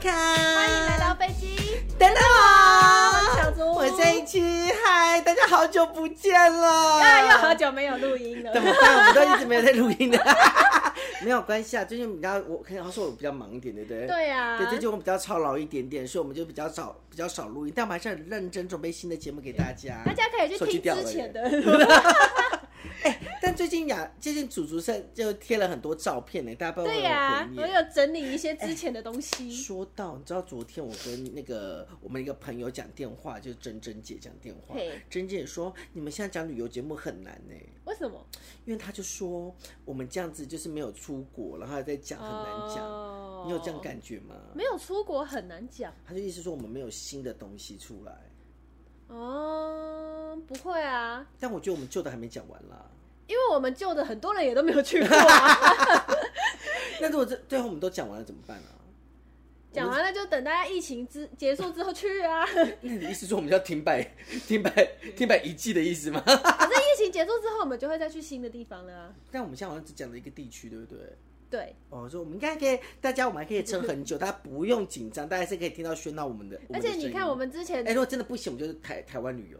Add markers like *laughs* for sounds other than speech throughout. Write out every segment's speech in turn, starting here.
卡，欢欢迎来到飞机。等等我，我是小猪啊我这一期嗨，大家好久不见了，啊，又好久没有录音了怎。么办？我们都一直没有在录音的， *laughs* 没有关系啊。最近比较，我可能要说我比较忙一点，对不对？对啊对，最近我比较操劳一点点，所以我们就比较少比较少录音，但我们还是很认真准备新的节目给大家。大家可以手去机听掉之了前耶。的， *laughs* 但最近呀，最近祖祖生就贴了很多照片呢，大家不知道有对没有呀回，我念。有整理一些之前的东西。说到，你知道昨天我跟那个我们一个朋友讲电话，就是珍珍姐讲电话嘿。珍姐说，你们现在讲旅游节目很难呢，为什么？因为她就说我们这样子就是没有出国，然后还在讲很难讲。哦你有这样？感觉吗？没有出国很难讲她就意思说我们没有新的东西出来，嗯哦，不会啊，但我觉得我们旧的还没讲完啦。因为我们旧的很多人也都没有去 *laughs* 过啊。那如果这啊最后我们都讲完了怎么办啊？讲完了就等大家疫情之结束之后去 *laughs* 啊。那你的意思说我们要停摆、停摆、停摆一季的意思 *laughs* 吗？反正疫情结束之后，我们就会再去新的地方了啊。但我们现在好像只讲了一个地区，对不对？对，哦，所以我们应该可以，大家我们还可以撑很久，大家不用紧张，大家是可以听到喧闹我们的。而且你看，我我们们之的声前音，哎、如果真的不行，我们就是台台湾旅游。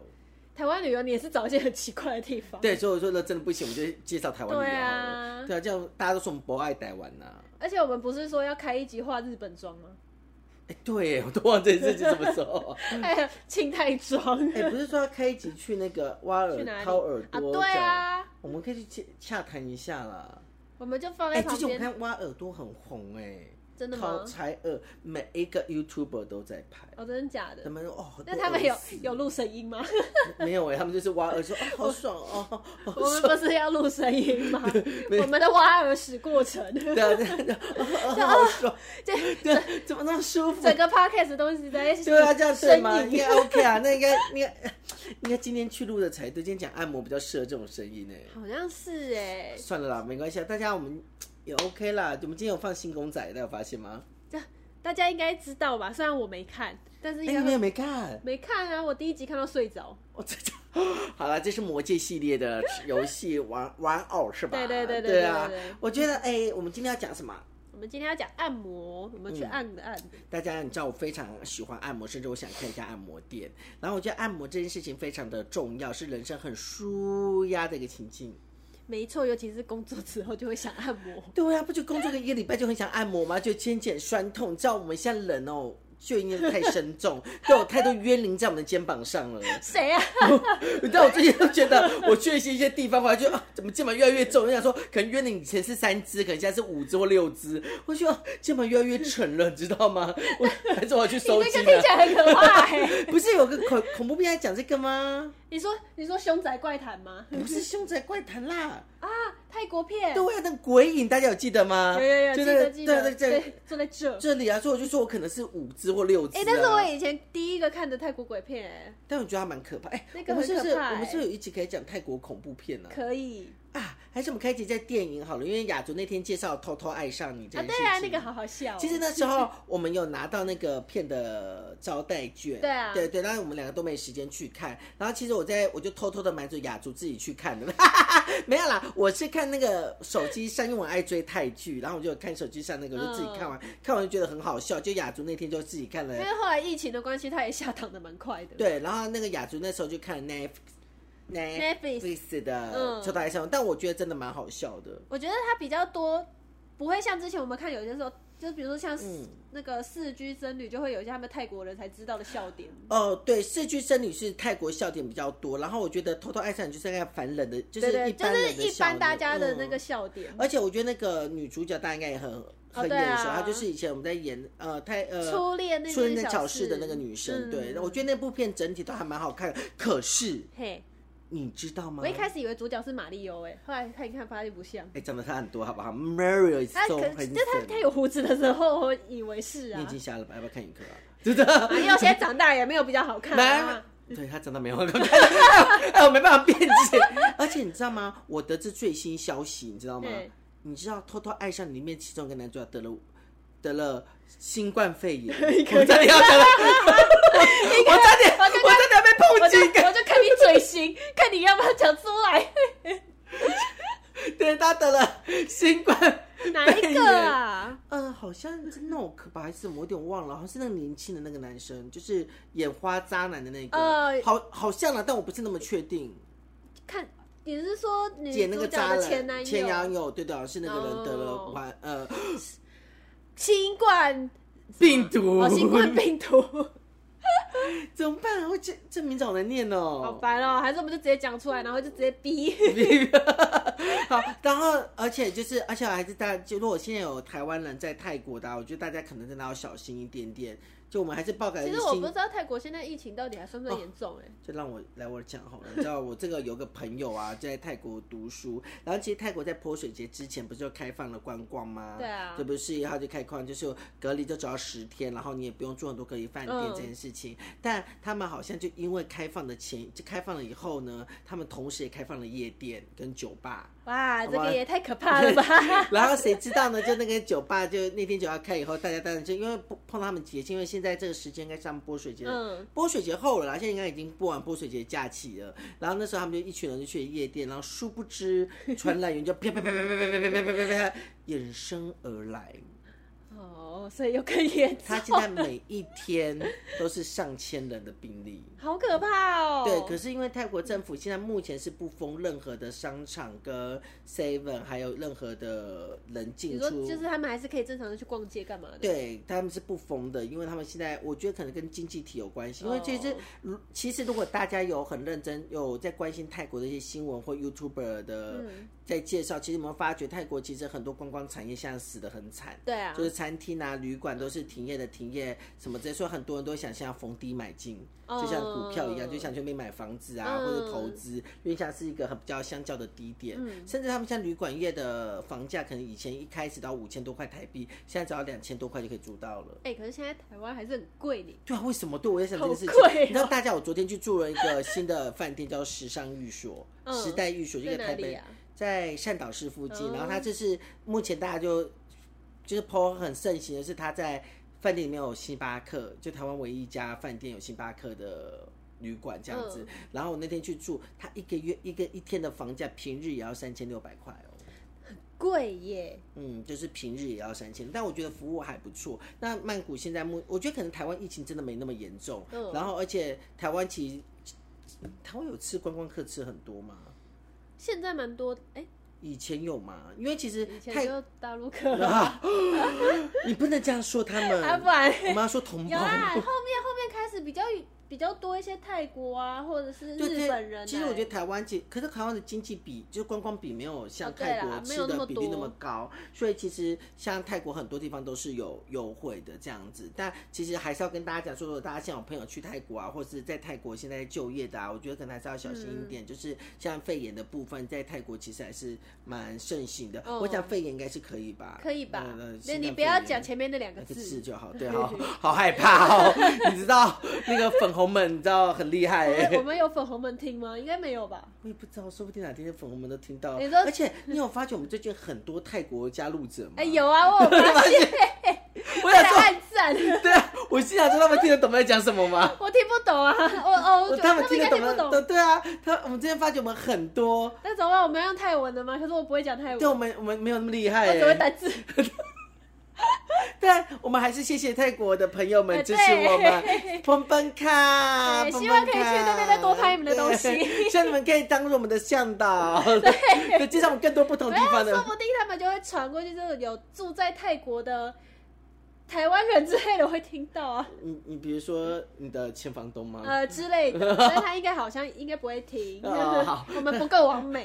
台湾旅游，你也是找一些很奇怪的地方。对，所以我说，如果真的不行，我们就介绍台湾旅游好了。哦对啊对啊，这样大家都说我们不爱台湾呐、而且我们不是说要开一集画日本妆吗？哎、对，我都忘这件事情什么时候。 *laughs* 哎呀，清太妆。嗯哎、不是说要开一集去那个挖去耳哪里掏耳朵、啊对啊，我们可以去洽洽谈一下啦。我们就放哎、在最旁近我边。看挖耳朵很红哎、真的掏吗？采耳，每一个 YouTuber 都在拍。哦，真的假的他？们说哦，很那多他们耳有屎有录声音 *laughs* 吗？没有哎、他们就是挖耳说哦，好爽哦， *laughs* 好我们爽。不是要录声 *laughs* 音吗？我们的挖耳屎过程，对啊，对啊对啊，哦哦好爽， *laughs* 这对啊，怎么那么舒服？整个 podcast 都是在 *laughs* 对啊，这样对吗？呻应吟该 OK 啊，那应该应该应该今天去录的才对，今天讲按摩比较适合这种声音呢、欸好像是哎，算了啦，没关系啊，大家我们也 OK 啦。我们今天有放新公仔，大家有发现吗？这大家应该知道吧？虽然我没看，但是哎、应你该们会也没看，没看啊。我第一集看到睡着。我这这好了，这是魔戒系列的游戏玩玩偶是吧？对对对对对啊对对对！我觉得哎、我们今天要讲什么？我们今天要讲按摩，我们嗯去按的按。大家你知道我非常喜欢按摩，甚至我想开一家按摩店。然后我觉得按摩这件事情非常的重要，是人生很舒压的一个情境。没错，尤其是工作之后就会想按摩。对啊，不就工作个一个礼拜就很想按摩吗？就肩颈酸痛，你知道我们现在人 *laughs* 哦。就因为太深重，都有太多冤灵在我们的肩膀上 *laughs* 了。谁 *laughs* 啊？你知道我最近都觉得，我去一些一些地方，我还觉得啊，怎么肩膀越来越重？我想说，可能冤灵以前是三只，可能现在是五只或六只。我觉得、啊肩膀越来越沉了，你知道吗？我还是我要去你收啊这筋个了听起。来很可怕哎、 *laughs* 不是有个恐恐怖片在讲这个吗？ *laughs* 你说你说凶宅怪谈吗？不是《凶宅怪谈》啦，啊，泰国片。对，啊，那个鬼影大家有记得吗？哎有有有，就是记得记得，对对对，对，坐在这。这里啊，所以我就说我可能是五只或六只、啊。哎、但是我以前第一个看的泰国鬼片、哎，但我觉得它蛮可怕。哎、那个我们是不是很可怕哎我们是不是有一集可以讲泰国恐怖片呢、可以啊？还是我们开集在电影好了，因为雅竹那天介绍《偷偷爱上你》这啊，件事对情。啊，那个好好笑哦、其实那时候我们有拿到那个片的招待券，对啊对对，但是我们两个都没时间去看。然后其实我在我就偷偷的瞒着雅竹自己去看的， *laughs* 没有啦，我是看那个手机上，因为我爱追泰剧，然后我就有看手机上那个，我就自己看完，嗯看完就觉得很好笑。就雅竹那天就自己看了因，为后来疫情的关系，他也下档的蛮快的。对，然后那个雅竹那时候就看 Netflix。 Netflix 的《嗯臭大爱上我》，但我觉得真的蛮好笑的。我觉得他比较多，不会像之前我们看有些时候，就比如说像、嗯那个四居僧侣，就会有一些他们泰国人才知道的笑点。哦，对，市区生女是泰国笑点比较多，然后我觉得《偷偷爱上你》就是那个凡人的，就是对对，一就般人是的一笑般点大家的嗯那个笑点。而且我觉得那个女主角大家应该也很很对眼啊熟，她就是以前我们在演呃泰呃初恋那初恋件在小教室的那个女生，嗯对，我觉得那部片整体都还蛮好看的。可是嘿，你知道吗我一？开始以为主角是马里欧，哎，后来看一看发现不像。哎，长得差很多，好不好？Mario is 他 so 啊可就他他 handsome。有胡子的时候，我以为是你啊眼，睛瞎了吧？要不要看一个啊？ *laughs* 真的。 *laughs* 马里欧现在长大也没有比较好看来 *laughs* 啊。，对他真的没有看，哎哎，我没办法辩解。而且你知道吗？我得知最新消息，你知道吗对？你知道《偷偷爱上你》里面其中一个男主角得了得了新冠肺炎，个我差点要得了，我差点，我刚刚我差点被我抨就击。 *laughs* 我就看你嘴型，看 *laughs* 你要不要讲出来。对，他得了新冠哪一个 *laughs* 啊？嗯，好像是 Nok 吧，还是什么？我有点忘了，好像是那个年轻的那个男生，就是眼花渣男的那个，呃好好像了，但我不是那么确定。看，你是说女姐那主个角渣的男前男 *laughs* 友？友，对的，是那个人得了哦完、呃新冠病毒，哦，新冠病毒，怎么办？我这这名字好难念 *laughs* 好哦。烦哦！还是我们就直接讲出来，然后就直接逼。好，然后而且就是，而且还是大，就如果现在有台湾人在泰国的啊、我觉得大家可能真的要小心一点点。就我们还是抱感其一实我心不知道泰国现在疫情到底还算哦不算严重哎、就让我来我讲好了，你知道我这个有个朋友 *laughs* 啊，就在泰国读书，然后其实泰国在泼水节之前不是就开放了观光吗？对啊这不是十一号就开放，就是隔离就只要十天，然后你也不用住很多隔离饭店嗯这件事情。但他们好像就因为开放的前，就开放了以后呢，他们同时也开放了夜店跟酒吧。哇，好吧这个也太可怕了吧！然后谁知道呢？就那个酒吧，就那天酒吧开以后，大家当然就因为不碰到他们节庆，因为现在这个时间应该上泼水节，嗯，泼水节后了啦，现在应该已经过完泼水节假期了。然后那时候他们就一群人就去夜店，然后殊不知传染源就啪啪啪啪啪啪啪啪啪啪啪衍生而来。 *laughs* 哦，所以又更严重他，现在每一天都是上千人的病例。好可怕哦！对，可是因为泰国政府现在目前是不封任何的商场跟 Seven，还有任何的人你进说出。就是他们还是可以正常的去逛街干嘛的？对，他们是不封的，因为他们现在我觉得可能跟经济体有关系，因为其实哦如其实如果大家有很认真有在关心泰国的一些新闻或 YouTuber 的嗯在介绍，其实我们发觉泰国其实很多观光产业现在死的很惨。对啊，就是餐厅啊、旅馆都是停业的停业，什么这些，所以很多人都想像逢低买进，就像股票一样，嗯就想去那边买房子啊，嗯或者投资，因为现在是一个很比较相较的低点，嗯甚至他们像旅馆业的房价，可能以前一开始到五千多块台币，现在只要两千多块就可以租到了。哎、可是现在台湾还是很贵呢。对啊，为什么？对我在想这件事情。好贵哦你知道，大家我昨天去住了一个新的饭店，叫时尚寓所、嗯时代寓所，就在在哪台里北啊？在善导市附近，哦然后它这是目前大家就就是 PO 很盛行的是，它在饭店里面有星巴克，就台湾唯一一家饭店有星巴克的旅馆这样子。嗯然后我那天去住，它一个月一个一天的房价平日也要三千六百块哦。贵耶，嗯，就是平日也要三千，但我觉得服务还不错。那曼谷现在目，我觉得可能台湾疫情真的没那么严重，嗯然后而且台湾其实台湾有吃观光客吃很多吗？现在蛮多。哎、以前有吗？因为其实以前泰就大陆客 *laughs* 啊，你不能这样说他们， *laughs* 啊，*laughs* 不然我们要说同有啊胞。啦，后面后面开始比较比较多一些泰国啊，或者是对日本人、对，啊欸其实我觉得台湾其可是台湾的经济比就是观光比没有像哦对泰啦国没吃有那的么比例那多么高，所以其实像泰国很多地方都是有优惠的这样子。但其实还是要跟大家讲说，如果大家现在有朋友去泰国啊，或是在泰国现在就业的啊，我觉得可能还是要小心一嗯点。就是像肺炎的部分，在泰国其实还是蛮盛行的。我讲肺炎应该是可以吧？哦可以吧嗯嗯？那新你冠不要肺炎讲前面那两个那个字字。就 *laughs* 好，对，好好害怕哦。 *laughs* 你知道那个粉红们，你知道很厉害哎、嗯我们 *laughs* 有粉红们听吗？应该没有吧？我也不知道，说不定哪天粉红们都听到。你说而且你有发觉我们最近很多泰国加入者吗？哎、，有啊，我有发现， *laughs* 我在想说，暗 *laughs* 赞，对啊，我心想说他们听得懂我们在讲什么吗？我听不懂啊，我哦，我觉得他们们听应得该懂听吗不对懂。对啊，他我们之前发觉我们很多，那怎么办？我们要用泰文的吗？可是我不会讲泰文，对我我们我们没有那么厉害、只会欸，单字。但我们还是谢谢泰国的朋友们哎支持对我们，蹦蹦卡，蹦对蹦希望可以去卡那边再多拍你们的东西对希望你们可以当做我们的向 *laughs* 导，对，介绍我们更多不同没地有， *laughs* 方的哦说。不定他们就会传过去，就是有住在泰国的台湾人之类的会听到啊，你你比如说你的前房东吗？呃之 *laughs* 类的。但他应该好像应该不会听，哦好我们不够 *laughs* 完美。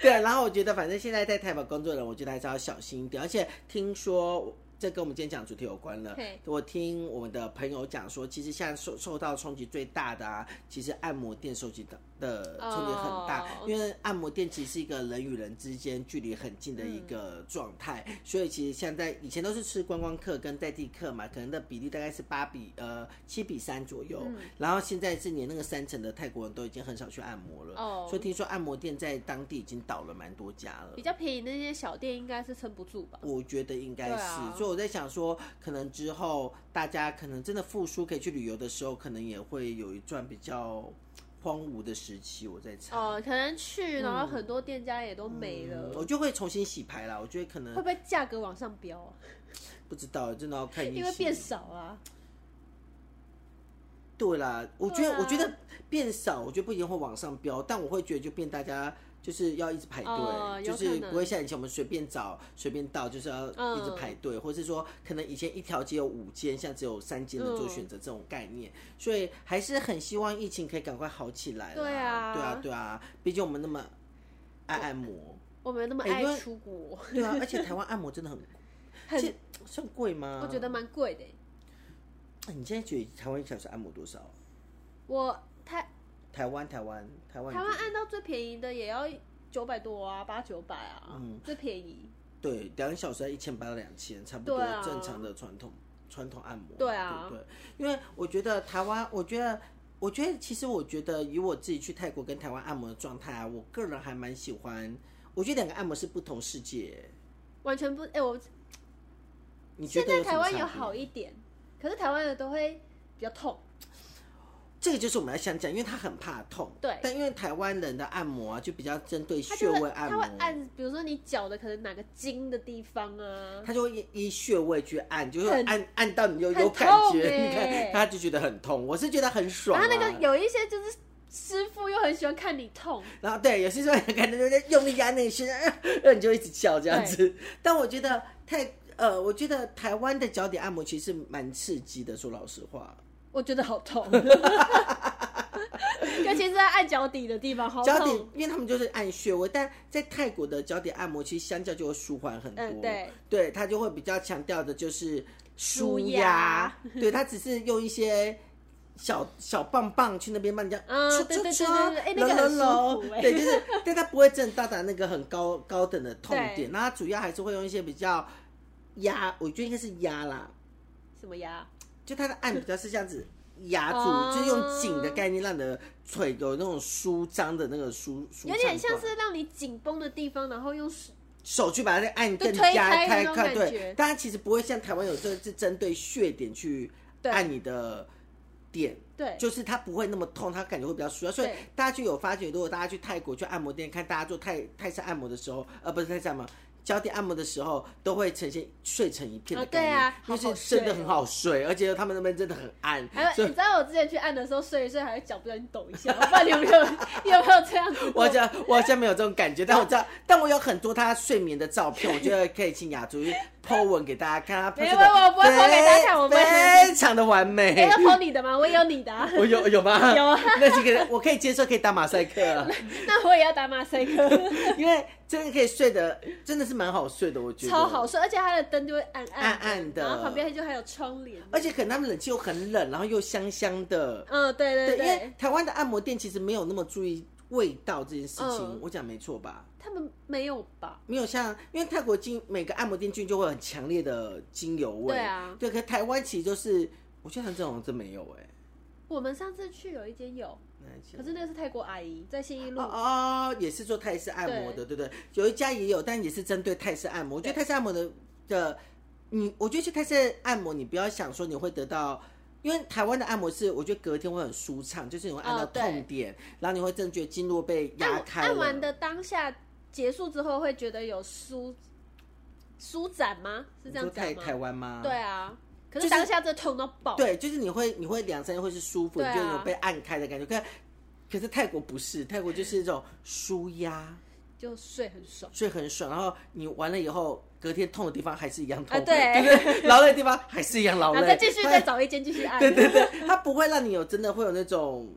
对，然后我觉得反正现在在台北工作的人，我觉得还是要小心一点。而且听说这跟我们今天讲主题有关了嘿。我听我们的朋友讲说，其实现在受受到冲击最大的啊，其实按摩店受击的的冲击很大，哦因为按摩店其实是一个人与人之间距离很近的嗯一个状态，所以其实现在以前都是吃观光客跟在地客嘛，可能的比例大概是八比呃七比三左右，嗯然后现在是连那个三成的泰国人都已经很少去按摩了，哦所以听说按摩店在当地已经倒了蛮多家了比。较便宜那些小店应该是撑 *laughs* 不住吧？我觉得应该是，对啊所以我在想说，可能之后大家可能真的复苏，可以去旅游的时候，可能也会有一段比较荒芜的时期，我在猜。嗯哦，可能去，然后很多店家也都没了，我就会重新洗牌啦。我觉得可能会不会价格往上飙啊？不知道，真的要看运气。因为变少啊。哎对啦，我觉得、对啊我觉得变少，我觉得不一定会往上飙，但我会觉得就变大家就是要一直排队，哦有就可是能不会像以前我们随便找随便到，就是要嗯一直排队，或是说可能以前一条街有五间，现在只有三间嗯能做选择这种概念，所以还是很希望疫情可以赶快好起来啦。对啊对啊，对啊，毕竟我们那么爱按摩，我没那么哎因爱为出国，对啊，而且台湾按摩真的很， *laughs* 很其实嗯算贵吗？我觉得蛮贵的欸。你现在觉得台湾一小时按摩多少？我台台湾，台湾，台湾，台湾按到最便宜的也要九百多啊，八九百啊，嗯最便宜。对，两小时要一千八到两千，差不多对啊正常的传统、传统按摩。对啊对不对，因为我觉得台湾，我觉得。我觉得其实，我觉得以我自己去泰国跟台湾按摩的状态啊，我个人还蛮喜欢。我觉得两个按摩是不同世界。完全不，哎、我你觉现得有在什么台湾差有别好一点，可是台湾的都会比较痛，这个就是我们要想讲，因为他很怕痛。对但因为台湾人的按摩啊，就比较针对它穴就位会按它摩，会按，比如说你脚的可能哪个筋的地方啊，他就会依穴位去按，就是很按按到你有有很感痛觉，欸你看他就觉得很痛。我是觉得很爽、然啊。后那个有一些就是师傅又很喜欢看你痛，然后对，有些时候可能就在用力压那个身，然后你就一直笑这样子。但我觉得太呃，我觉得台湾的脚底按摩其实蛮刺激的，说老实话，我觉得好 *laughs* 痛，尤其是在按脚底的地方好脚底痛，因为他们就是按穴位，但在泰国的脚底按摩其实相较就会舒缓很多。嗯对，对，他就会比较强调的就是舒舒压压，对他只是用一些。小小棒棒去那边帮人家嗯戳对戳对戳对对哎那揉个很揉揉舒服哎对，就是，但他不会真的到达那个很高高等的痛对点，那他主要还是会用一些比较压，我觉得应该是压啦，什么呀？就它的按比较是这样子压住，哦就是用紧的概念让你的腿有那种舒张的那个舒舒，有点像是让你紧绷的地方，然后用手手去把它按更就推加开开那种快，感对觉，但它其实不会像台湾有这是针对穴点去对按你的点。对，就是它不会那么痛，它感觉会比较舒压，所以对大家就有发觉，如果大家去泰国去按摩店看大家做泰泰式按摩的时候，呃，不是泰式按摩，脚底按摩的时候，都会呈现睡成一片的啊对概念，啊因为好好是真睡的哦很好睡，而且他们那边真的很暗，还有所以你知道我之前去按的时候睡一睡，还会脚不小心抖一下，我不知道你有没有你有没有这样子 *laughs* 我过好？像我好像没有这种感觉，但我知 *laughs* 道，但我有很多他睡眠的照片，我觉得可以请雅竹去 po 文给大家看，他没 po 有没有我不会 po 给大家看我不会 po 非常的完 *laughs* 哎，美要。剖你的吗？我也有你的、啊，我有有吗？ *laughs* 有啊， *laughs* 那这个我可以接受，可以打马赛克， *laughs* 那我也要打马 *laughs* 赛克，因为真的可以睡的，真的是蛮好睡的，我觉得超好。睡，而且它的灯就会暗暗暗暗的然后旁边就还有窗帘，而且可能他们冷气又很冷，然后又香香的，嗯，对对因为对，台湾的按摩店其实没有那么注意味道这件事情嗯，我讲没错吧？他们没有吧？没有像，因为泰国精每个按摩店进去就会有很强烈的精油味，对啊对。可台湾其实就是，我觉得很这种真没有哎、我们上次去有一间有，那一家可是那个是泰国阿姨在信义路，哦哦，也是做泰式按摩的，对不对？有一家也有，但也是针对泰式按摩。我觉得对泰式按摩的的，你我觉得去泰式按摩，你不要想说你会得到。因为台湾的按摩是，我觉得隔天会很舒畅，就是你会按到哦对痛点，然后你会真的觉得经络被压按开了。按完的当下结束之后会觉得有舒舒展吗？是这样你说泰讲台吗？湾吗？对啊，可就是是当下这痛到爆，对，就是你会你会两三会是舒服，对你啊就有被按开的感觉。可可是泰国不是，泰国就是这种舒压，就睡很爽。所以很爽。然后你完了以后，隔天痛的地方还是一样痛，啊对不对？ *laughs* 劳累的地方还是一样劳然累，后再继 *laughs* 续它再找一间继续按，对对对，它不会让你有真的会有那种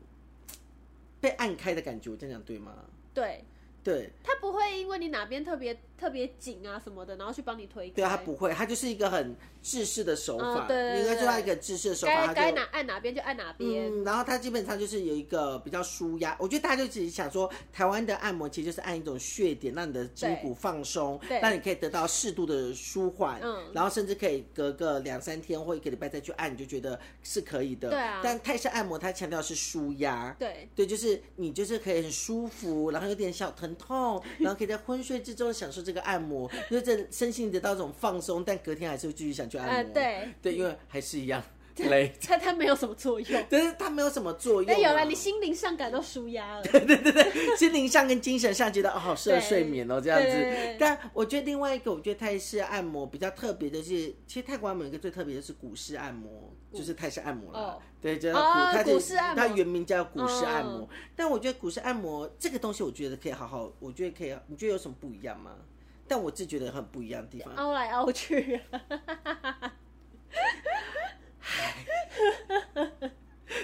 被按开的感觉。我这样讲对吗？对对它不会因为你哪边特别特别紧啊什么的，然后去帮你推开。对，它啊不会，它就是一个很制式的手法。嗯对对对你应该说它一个制式的手法，该它该就哪按哪边就按哪边。嗯，然后它基本上就是有一个比较舒压，我觉得大家就只是想说，台湾的按摩其实就是按一种穴点，让你的筋骨放松对，让你可以得到适度的舒缓，嗯然后甚至可以隔个两三天或一个礼拜再去按，你就觉得是可以的。对啊但泰式按摩它强调是舒压。对，对，就是你就是可以很舒服，然后有点小疼痛，然后可以在昏睡之中享受这个按摩，就是身心得到这种放松，但隔天还是会继续想去按摩。呃，对，对，因为还是一样，累，它它没有什么作 *laughs* 用。但是它没有什么作用、啊。但有了，你心灵上感到舒压了。 *laughs* 心灵上跟精神上觉得哦，好适合对睡眠哦，这样对对子对。但我觉得另外一个，我觉得泰式按摩比较特别的是，其实泰国按摩有一个最特别的是古式按摩，就是泰式按摩啦。哦对，叫古，哦它古式按摩它原名叫古式按摩。嗯但我觉得古式按摩这个东西，我觉得可以好好，我觉得可以，你觉得有什么不一样吗？但我自己觉得很不一样的地 *laughs* 方，凹来凹去啊，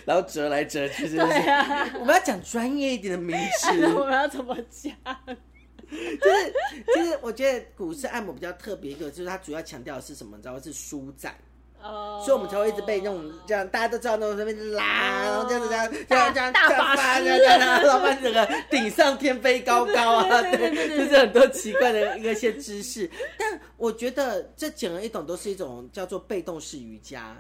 然后折来折去，真的对是。啊，我们要讲专业一点的名词。 *laughs* 那我们要怎么讲？就是就是，我觉得股市按摩比较特别一个，就是它主要强调的是什么？你知道吗是舒展，哦，所以我们才会一直被那种这样，大家都知道那种这边拉，哦然后这样子这样这样这样大这样法翻师这样这样然后老板整个顶上天飞高高啊， *laughs* 对，就是很多奇怪的一些姿势。但我觉得这简而易懂都是一种叫做被动式瑜伽。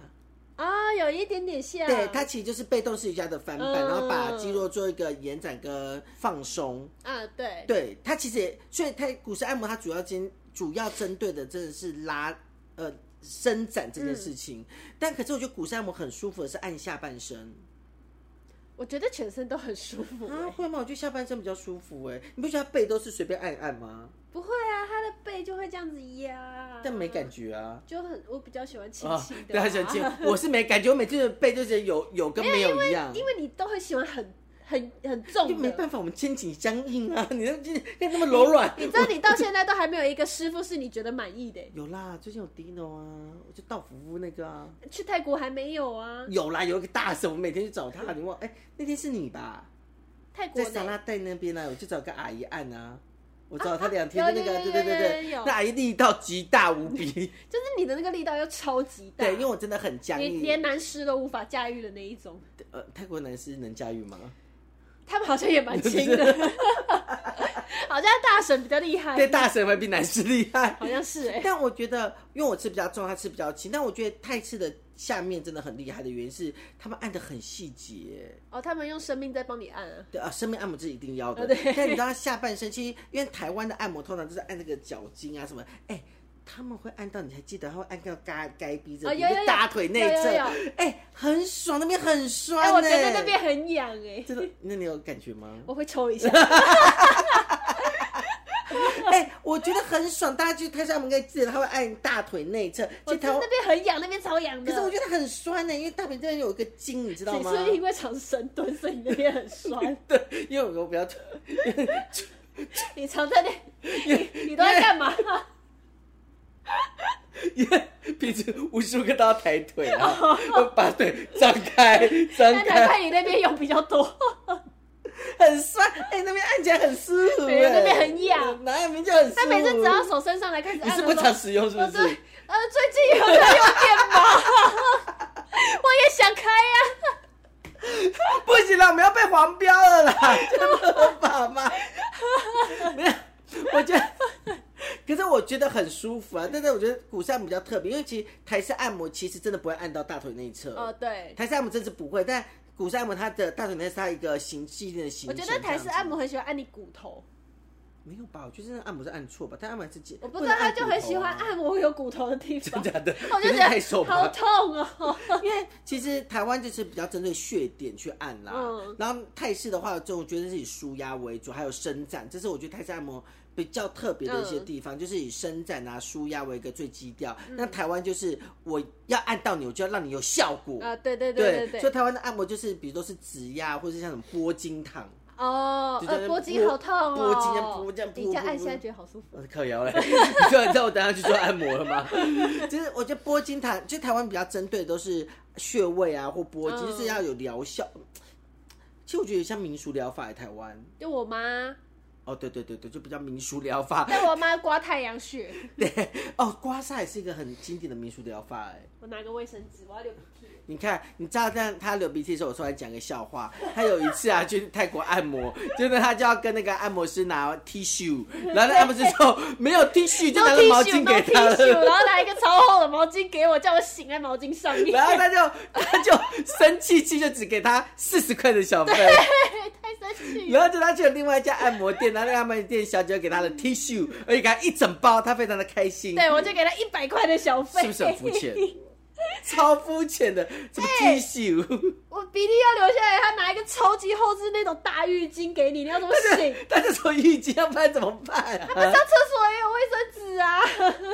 啊，有一点点像，对，啊它其实就是被动式瑜伽的翻版，嗯然后把肌肉做一个延展跟放松。啊，对，对，它其实也，所以它股市按摩它主要针主要针对的真的是拉呃伸展这件嗯事情，但可是我觉得股市按摩很舒服的是按下半身。我觉得全身都很舒服、啊，欸会吗？我觉得下半身比较舒服哎、你不觉得它背都是随便按一按吗？不会啊，他的背就会这样子压，但没感，觉啊。就很，我比较喜欢轻啊轻，的、对，很想亲，我是没感觉，我每次的背就是有有跟没有一样，因为你都很喜欢很很很嗯就重没的。办法，我们肩颈僵硬啊， *laughs* 你那那那么柔软，你知道你到现在都还没有一个师傅是你觉得满意的欸、有啦，最近有 Dino 啊，我就到服务那个啊，去泰国还没有啊？有啦，有一个大神，我每天去找他。你问，哎、那天是你吧？泰国在呢沙拉带那边呢、啊我去找个阿姨按啊。我找啊他啊两天的有那个，有对对有有对啊有对有，有那阿姨力道极大无 *laughs* 比。就是你的那个力道又超级大，对，因为我真的很僵你硬连。男师都无法驾驭的那一种，呃，泰国男士能驾驭吗？他们好像也蛮轻 *laughs* 的，好像大神比较厉害，对，大神会比男士厉害。好像是哎、 *laughs* 但我觉得，因为我吃比较重，他吃比较轻。但我觉得泰式的下面真的很厉害的原因是，他们按的很细节。哦，他们用生命在帮你按啊，对啊，生命按摩是一定要的。啊对但你知道下半身，其实因为台湾的按摩通常就是按那个脚筋啊什么，哎、他们会按到，你还记得，他会按到嘎该逼这哦边，有有有就大腿内侧，有有哎、很爽，那边很酸、哎、欸我觉得那边很痒哎、真的，那你有感觉吗？ *laughs* 我会抽 *laughs* 一下，哎、我觉得很爽，大家去泰式按摩应该记得，他会按大腿内侧，其我实觉得他那。边很痒，那边超痒可的。是我觉得很酸呢、因为大腿这边有一个筋，你知道你吗？是不是因为常深蹲，所以你那边很酸？ *laughs* 对，因为我 *laughs* 比较你常在那，你你都在干嘛？因为 *laughs* 平时无时无刻都要抬 *laughs* 腿啊，我把腿张开，张那难开，怪你那边用比较 *laughs* 多。很酸，哎、那边按起来很舒服、对哎，那边很痒，哪有明就很舒服？他每次只要手伸上来开始你按，是他不说常使用是不我最是？呃最近有在用电毛， *laughs* 我也想开啊呀、不行了，我们要被黄标了 *laughs* 啦，这不合法吗？ *laughs* 没有，我觉得。可是我觉得很舒服啊，但是我觉得股市按摩比较特别，因为其实台式按摩其实真的不会按到大腿内侧，哦，对，台式按摩真是不会，但股市按摩它的大腿内侧是它一个形系列的形我成觉这样子。得台式按摩很喜欢按你骨头，没有吧？我觉得那按摩是按错吧，但按摩是解，我不知能道他按就骨很头喜 *laughs* 欢啊，按摩有骨头的地真方，假的？ *laughs* 我可就是觉太瘦得好吧。痛哦。 *laughs* 因为其实台湾就是比较针对穴点去按啦，嗯然后泰式的话，就我觉得是以舒压为主，还有伸展，这是我觉得泰式按摩比较特别的一些地嗯方，就是以伸展啊、舒压为一个最基调。那台湾就是我要按到你，我就要让你有效果。啊，对对对对对所以对，台湾的按摩就是，比如都是指压，或是像什么拨筋躺，哦，就在呃，那脖颈好痛哦，拨筋这样拨这样拨你这样拨按拨下来觉得好舒服。我是靠腰嘞， *laughs* 你突然叫我等下去做按摩了吗？ *laughs* 就是我觉得拨筋台，就台湾比较针对的都是穴位啊或拨筋，嗯就是要有疗效。其实我觉得像民俗疗法，台湾就我妈，哦，对对对对，就比较民俗疗法。 *laughs* 但我妈刮太阳穴，对哦，刮痧也是一个很经典的民俗疗法哎。我拿个卫生纸，我要流鼻涕。你看，你知道，但他流鼻涕的时候，我突然讲个笑话。他有一次啊，去泰国按摩，真的他就要跟那个按摩师拿 T 恤，然后那按摩师 *laughs* 说没有 T 恤，就拿 no 个 T 毛恤巾 no 给 T 他了。恤，然后拿一个超厚的毛巾给我，叫我醒在毛巾上 *laughs* 面， *laughs* 然后他就他就生气气，就只给他四十块的小费。太生气了。然后就他去了另外一家按摩店，然后那个按摩店小姐给他的 T 恤，而且给他一整包，他非常的开心。对，我就给他一百块的小费，是不是很肤浅？超肤浅的，什么鸡袖， *laughs* 我鼻涕要流下来，他拿一个超级厚是那种大浴巾给你，你要怎么 *laughs* 醒？大家说浴巾，要不然怎么办上啊？厕所也有卫生纸 *laughs* 啊，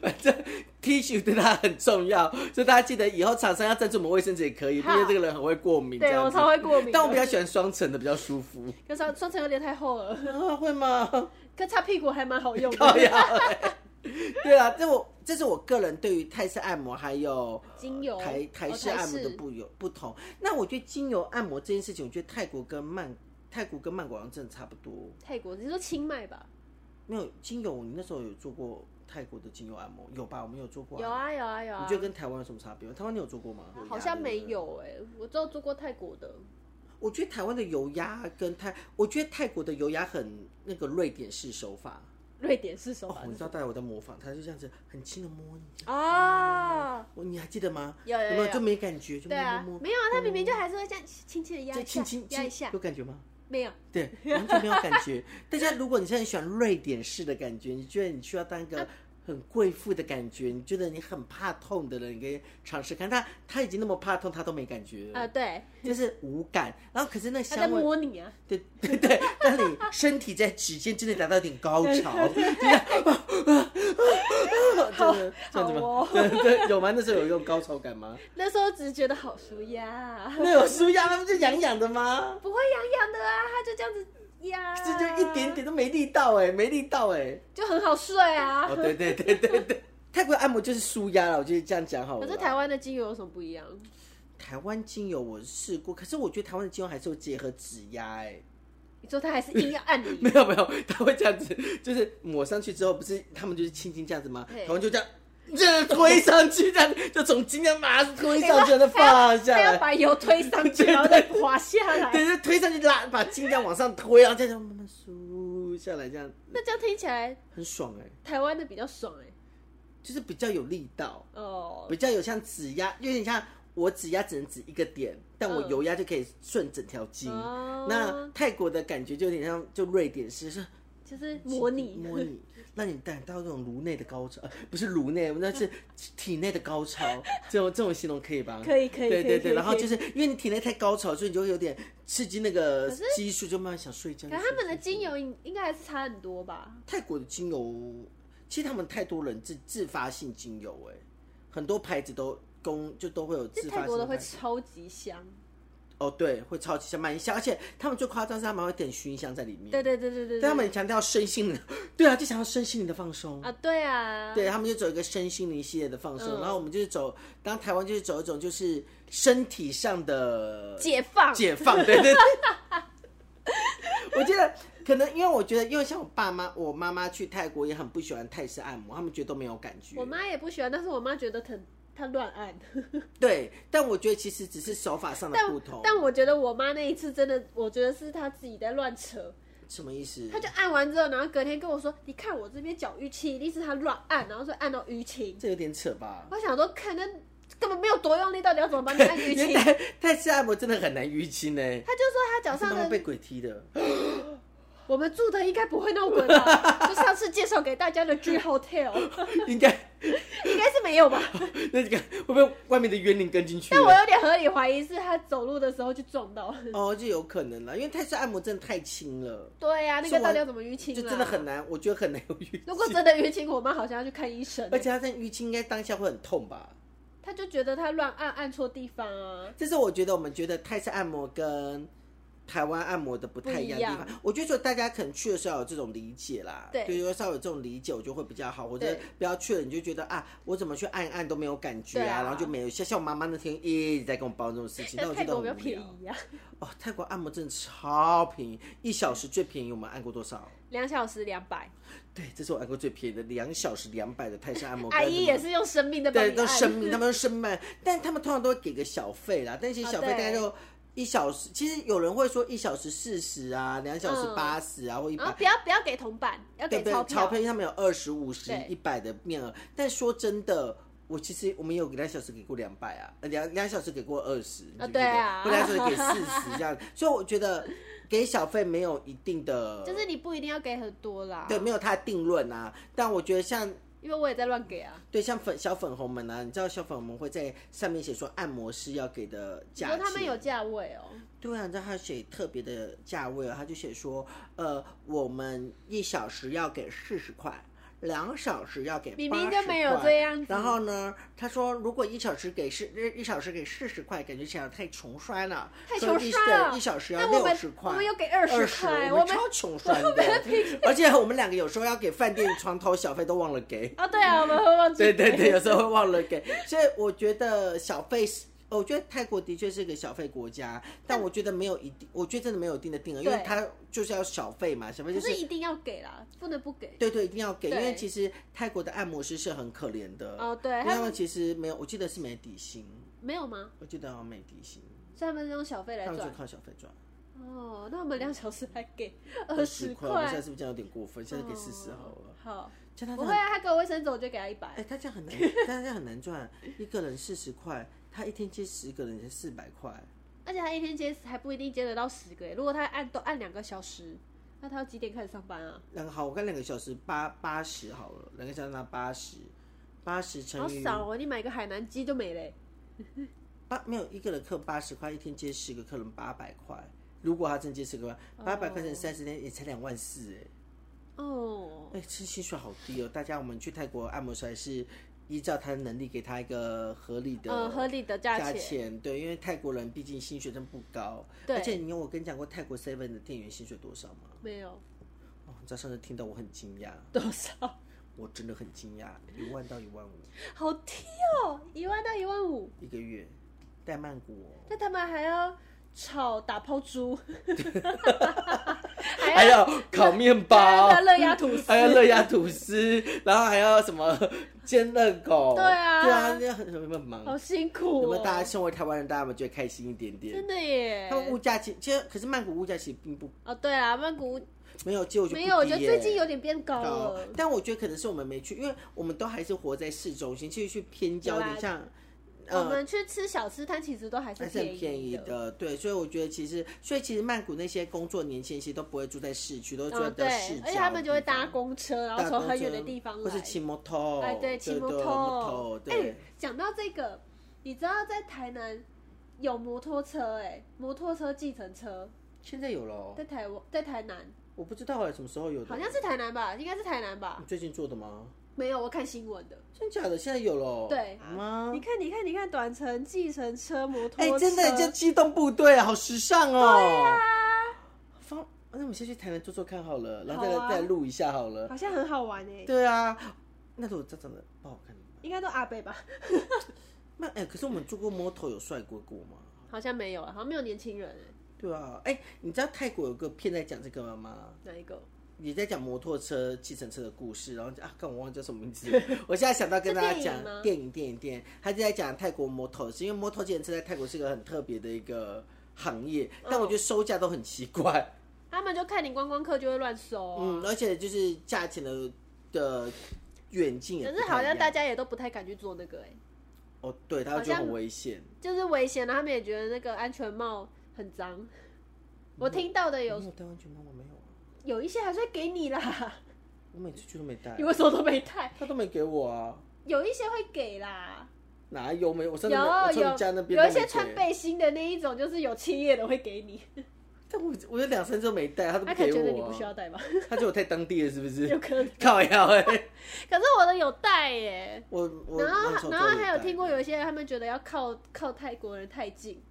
反正 T 恤对他很重要，所以大家记得以后厂商要赞助我们卫生纸也可以，毕好竟这个人很会过敏。这对样我子超会过敏的。但我比较喜欢双层的，比较舒 *laughs* 服。可是双层有点太厚了，啊，会吗？可擦屁股还蛮好用 *laughs* 靠的。呀、对啊，这我这是我个人对于泰式按摩还有精油哦台台式按摩的不有不同。那我觉得精油按摩这件事情，我觉得泰国跟曼泰国跟曼谷好像真的差不多。泰国，你说清迈吧？没有精油，你那时候有做过泰国的精油按摩有吧？我们有做过、有。啊有啊有啊你觉，得跟台湾有什么差别吗？台湾你有做过吗？好像没。有哎、我只有做过泰国的。我觉得台湾的油压跟泰，我觉得泰国的油压很那个瑞典式手法。瑞典是手哦 *laughs* 法，你知道大家我在模仿，他就这样子很轻的摸你。啊，我你还记得吗？有有有没有有就没感觉，就呃对摸啊摸摸，，没有啊，他明明就还是会这样轻轻的压就一轻下轻，压一轻下有，感觉 *laughs* 吗？没有。对，完全没有感觉。大家如果你是很喜欢瑞典式的感觉，你觉得你需要当一啊个很贵妇的感觉，你觉得你很怕痛的人，你可以尝试看。他他已经那么怕痛，他都没感觉，啊，对，就是无感。然后可是那他在香味，摸 *laughs* 你啊，对对对，当你身体在指尖真的达到一点高 *laughs* 潮，就是啊啊啊啊啊就是这样子好吗哦？对对，有吗？那时候有用高潮感 *laughs* 吗？那时候只是觉得好舒压啊，那有舒压，那不就痒痒的吗？不会痒痒的啊，他就这样子压，啊这就一点，点都没力道哎、没力道哎、就很好睡啊 *laughs* 哦，。对对对对对，泰国按摩就是舒压了，我觉得这样讲好了可啦。是台湾的精油有什么不一样？台湾精油我试过，可是我觉得台湾的精油还是会结合指压哎、 *laughs* 你说他还是硬要按你，没有没有，他会这样子，就是抹上去之后，不是他们就是轻轻这样子吗？对台湾就这样。这样推上去，这样 *laughs* 就从今天马上 *laughs* 推上去，再放下他要来，把油推上 *laughs* 去，然后再滑下来。哎对，就推上去拉，把筋这样往上推，然后再这样慢慢舒下来，这样那这样听起来，很爽哎、台湾的比较爽哎、就是比较有力道。哦，比较有像指压，有点像我指压只能指一个点，但我嗯油压就可以顺整条筋。哦那泰国的感觉就有点像就瑞典式，是就是模拟， *laughs* 模拟，让你感到那种颅内的高潮，呃不是颅内，那是体内的高潮，这种这种形容可以吧？ *laughs* 可以可以对可对以可对，以然后可以就是因为你体内太高潮，所以你就会有点刺激那个可是激素，就慢慢想睡觉。可是他们的精油应应该还是差很多吧？泰国的精油，其实他们太多人自自发性精油哎、很多牌子都公就都会有就自发泰性国的的会牌子。超级香，哦，对，会超级香蛮香，而且他们最夸张是他们还会点熏香在里面。对对对对对，对，他们很强调身心灵， *laughs* 对啊，就想要身心灵的放松。啊，对啊，对他们就走一个身心灵系列的放松，嗯然后我们就是走，当台湾就是走一种就是身体上的解放，解放，对对对。 *laughs* 我觉得可能因为我觉得，因为像我爸妈，我妈妈去泰国也很不喜欢泰式按摩，他们觉得都没有感觉。我妈也不喜欢，但是我妈觉得疼，她乱按。对，但我觉得其实只是手法上的不同。但我觉得我妈那一次真的，我觉得是她自己在乱扯。什么意思？她就按完之后，然后隔天跟我说：“你看我这边脚淤青，一定是她乱按，然后说按到淤青。这有点扯吧”？我想说，可能根本没有多用力，到底要怎么帮你按淤因为 *laughs* 青？泰泰式按摩真的很难淤青呢、她就说她脚是上他们被的，鬼踢的， *laughs* 我们住的应该不会那么滚 *laughs* 吧？就上次介绍给大家的 G Hotel， *laughs* 应该应该是没有吧？那个会不会外面的冤灵跟进去但我了？有点合理怀疑是她走路的时候去撞到。哦，就有可能了，因为泰式按摩真的太轻了， *laughs* 对呀、那是个我到底要怎么淤青就啊？真的很难，我觉得很难有淤如果青。真的淤青，我妈好像要去看医生欸、而且他在淤青应该当下会很痛吧？她就觉得她乱按按错地方啊。这是我觉得我们觉得泰式按摩跟台湾按摩的不太一样的地不一方。我觉得说大家可能去的时候有这种理解啦，对就是说稍微有这种理解，我就会比较好。或者对不要去了，你就觉得啊，我怎么去按一按都没有感觉对啊，啊然后就没有。像像我妈妈那天一直在跟我抱怨这种事情，但但我 *laughs* 泰觉得国很比较无便聊。宜啊，哦，泰国按摩真的超便宜，一小时最便宜我们按过多少？两小时两百，对，这是我按过最便宜的，两小时两百的泰式按摩。阿姨也是。是用生命在帮对，你都按。生 *laughs* 命，他们都生命，但他们通常都会给个小费啦，但其实啊小费大概对就一小时，其实有人会说一小时四十啊，两小时嗯八十啊，或一然后百。不要不要给铜板，要对不给对？钞钞票。票上面有二十五、十、对一百的面额，但说真的，我其实我们有两小时给过两百啊，呃两两小时给过二十啊对啊或两小时给四十这样，所以我觉得给小费没有一定的，就是你不一定要给很多啦，对，没有他的定论啊。但我觉得像因为我也在乱给啊。对，像粉小粉红们啊，你知道小粉红们会在上面写说按摩师要给的你价说钱，他们有价位哦，对啊，你知道他写特别的价位啊，他就写说，呃，我们一小时要给四十块，两小时要给明明80就没有块这样子。然后呢，他说如果一小时给是一小时给四十块，感觉起来太穷酸了，太所以穷一酸对了一小时要那我六们十块我们。有给二二十十，块，我们们超穷酸的， *laughs* 而且我们两个有时候要给饭店床头小费都忘了给，啊对啊，我们会忘记。对对对，有时候会忘了给，所以我觉得小费是。我觉得泰国的确是个小费国家，但我觉得没有一定，我觉得真的没有一定的定额，因为对它就是要小费嘛，小费就可是是一定要给啦，不能不给。对对，一定要给，因为对其实泰国的按摩师是很可怜的哦对因为他他们们其实没有，我记得是没底薪，没有吗？我记得好像没底薪，所以他们是用小费来他们赚就。靠小费赚哦，那我们两小时还给二十块，我们现在是不是这样有点过分？现在给四十哦好了，好，叫他我会啊，他给我卫生纸，我就给他一哎、百。他这样很难，他这样很难赚，一个人四十块，他一天接十个人才四百块。而且他一天接还不一定接得到十个耶，欸如果他按都按两个小时，那他要几点开始上班啊？两个好，我看两个小时八八十好了，两个小时拿八十，八十乘好以少哦，你买个海南鸡就没嘞。八没有一个人客八十块，一天接十个客人八百块。如果他真接十个哦客，八百块钱三十天也才两万四哎，哦，哎，这薪水好低哦！大家我们去泰国按摩师还是依照他的能力给他一个合理的、嗯，合理的价价钱。钱，对，因为泰国人毕竟薪水真不高，对而且你有我跟你讲过泰国 seven 的店员薪水多少吗？没有哦，你知道上次听到我很惊讶，多少，我真的很惊讶，一万到一万五好低哦，一万到一万五，一个月，在曼谷、哦。但他们还要炒打抛猪，还要烤面包还要，热压吐司还要热压吐司，然后还要什么煎热狗，对啊对啊，那很很忙。好辛有苦没有大家哦。身为台湾人，大家有没有觉得开心一点点真？的耶他。们物价其其实，可是曼谷物价其实并不哦，对啊，曼谷没有，其实我觉得没不有，我觉得低耶最近有点变高高了。，但我觉得可能是我们没去，因为我们都还是活在市中心，其实去偏郊有有啦点像，我呃，们去吃小吃摊，其实都还是还是很便宜的。的，对，所以我觉得其实，所以其实曼谷那些工作年轻人其实都不会住在市区，都会住在嗯，比较市郊对，的地方、而且他们就会搭公车，然后大从公很远车的地方或是来。骑摩托，哎，对，骑摩托。哎对，讲到这个，你知道在台南有摩托车、哎，摩托车计程车现在有了哦，在台湾，在台南，我不知道哎，什么时候有的？好像是台南吧，应该是台南吧？你啊最近做的吗？没有，我看新闻的。真假的？现在有了哦？对吗你？看，你看，你看，短程计程车、摩托哎车，，真的，这机动部队好时尚哦。对啊方，那我们先去台南坐坐看好了，然后再好来啊再来录一下好了。好像很好玩哎、对啊，那如果这长得不好看怎么办，应该都阿北吧？那哎，可是我们坐过摩托有帅哥过吗？好像没有，好像没有年轻人哎、对啊，哎，你知道泰国有个片在讲这个吗？哪一个？也在讲摩托车、计程车的故事，然后就啊，看我忘记叫什么名 *laughs* 字了，我现在想到跟大家是电影吗讲电影、电影、电影，他就在讲泰国摩托车，因为摩托计程车在泰国是一个很特别的一个行业，嗯但我觉得收价都很奇怪，他们就看你观光客就会乱收、啊，嗯，而且就是价钱的的远近也可不是太好一像样大家也都不太敢去做那个、哎，哦，对，他会觉得很危险，哎就是危险了。他们也觉得那个安全帽很脏。我听到的有你有戴安全帽吗？我没有啊，有一些还是会给你啦，我每次去都没戴你，为什么都没带？他都没给我啊，有一些会给啦，哪有没有？我有上次没我从有你家那边有都没一些给穿，背心的那一种，就是有企业的会给你，但我我有两三周没戴，他都哎他不可给能觉得你我不需啊，要带吧， *laughs* 他觉得我太当地了，是不是？有可能。靠腰哎、欸， *laughs* 可是我的有带耶、我我然那时后候然后都有还有带听过有一些人他们觉得要靠靠泰国人太近，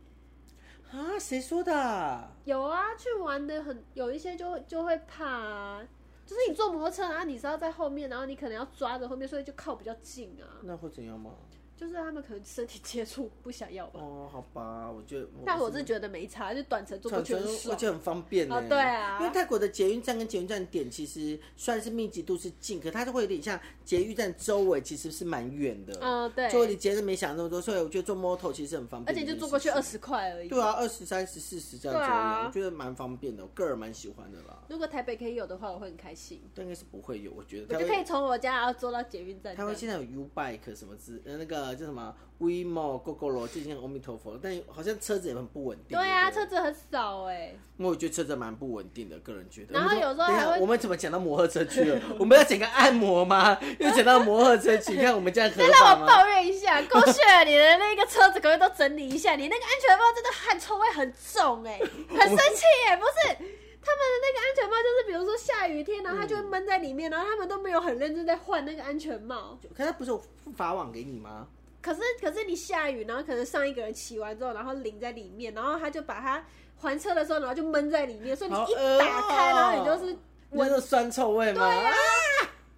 啊，谁说的啊？有啊，去玩的很有一些就就会怕、啊，就是你坐摩托车，然后你是要在后面，然后你可能要抓着后面，所以就靠比较近啊。那会怎样吗？就是他们可能身体接触不想要吧。哦，好吧，我觉得但我是觉得没差，就短程坐过转去车很我爽。觉得很方便呢、欸哦对啊因为泰国的捷运站跟捷运站点其实虽然是密集度是近，可它就会有点像捷运站周围其实是蛮远的，嗯，对，所以你捷运没想那么多，所以我觉得坐摩托其实很方而便的且一件事情，就坐过去二十块而已。对啊，二十三十四十这样对子而啊已，我觉得蛮方便的，我个人蛮喜欢的啦。如果台北可以有的话，我会很开心。但应该是不会有，我觉得我它就可会以从我家然后坐到捷运站这他样。会现在有 U Bike 什么之呃那个个叫什么 WeMo、GoGo 罗，最近阿弥陀佛，但好像车子也很不稳定。对啊，不车子很少哎、我觉得车子蛮不稳定的，个人觉得。然后有时候等一下还会我们怎么讲到摩托车去了？我们要讲个按摩吗？又讲到摩托车去，你看我们这样合再法让我吗？抱怨一下， *laughs* 狗血，你的那个车子可不可以都整理一下？你那个安全帽真的汗臭味很重 *laughs* 哎、很生气哎、不是。他们的那个安全帽就是，比如说下雨天，然后它就会闷在里面，然后他们都没有很认真在换那个安全帽。可是他不是有法网给你吗？可是可是你下雨，然后可能上一个人骑完之后，然后淋在里面，然后他就把它还车的时候，然后就闷在里面，所以你好一打恶哦开，然后你就是闻闻到酸臭味吗？啊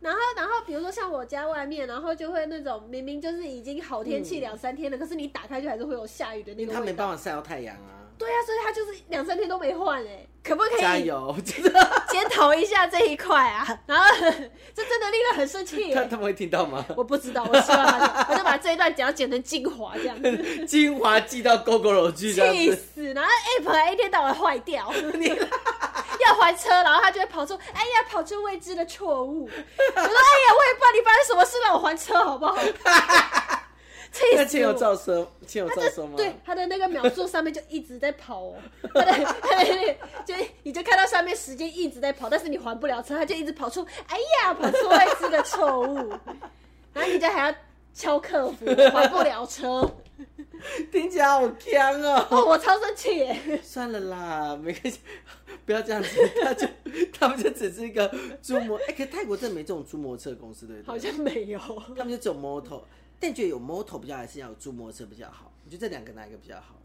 然后，然后比如说像我家外面，然后就会那种明明就是已经好天气两三天了，可是你打开就还是会有下雨的那因为个嗯他味没道。办法晒到太阳啊。对啊，所以他就是两三天都没换哎、可不可加以油！ *laughs* 真的，检讨一下这一 *laughs* 块啊？然后 *laughs* 这真的令人很生气、他欸。他们会听到吗？我不知道，我希望他就我就把这一段只要剪成精华 *laughs* 这样子，精华寄到 GoGo 楼去这气样 *laughs* 子。死！然后 app 一天到晚坏掉， *laughs* 要还车，然后他就会跑出，哎呀，跑出未知的错误。我说，哎呀，我也不知道你发生什么事，让我还车好 *laughs* 不好？气那死亲我！有照收，亲有照收吗？对，他的那个秒数上面就一直在跑哦， *laughs* 他的他的 *laughs* 那个就你就看到上面时间一直在跑，但是你还不了车，他就一直跑出，哎呀，跑出未知的错误，然后你就还要敲客服，还不了 *laughs* 车，听起来好香哦。哦，我超生气耶！算了啦，没关系，不要这样子。他就他们就只是一个租摩，哎、可是泰国真的没这种租摩托车公司，对不对？好像没有，他们就只有摩托，但你觉得有摩托比较好还是要有租摩托车比较好？你觉得这两个哪一个比较好？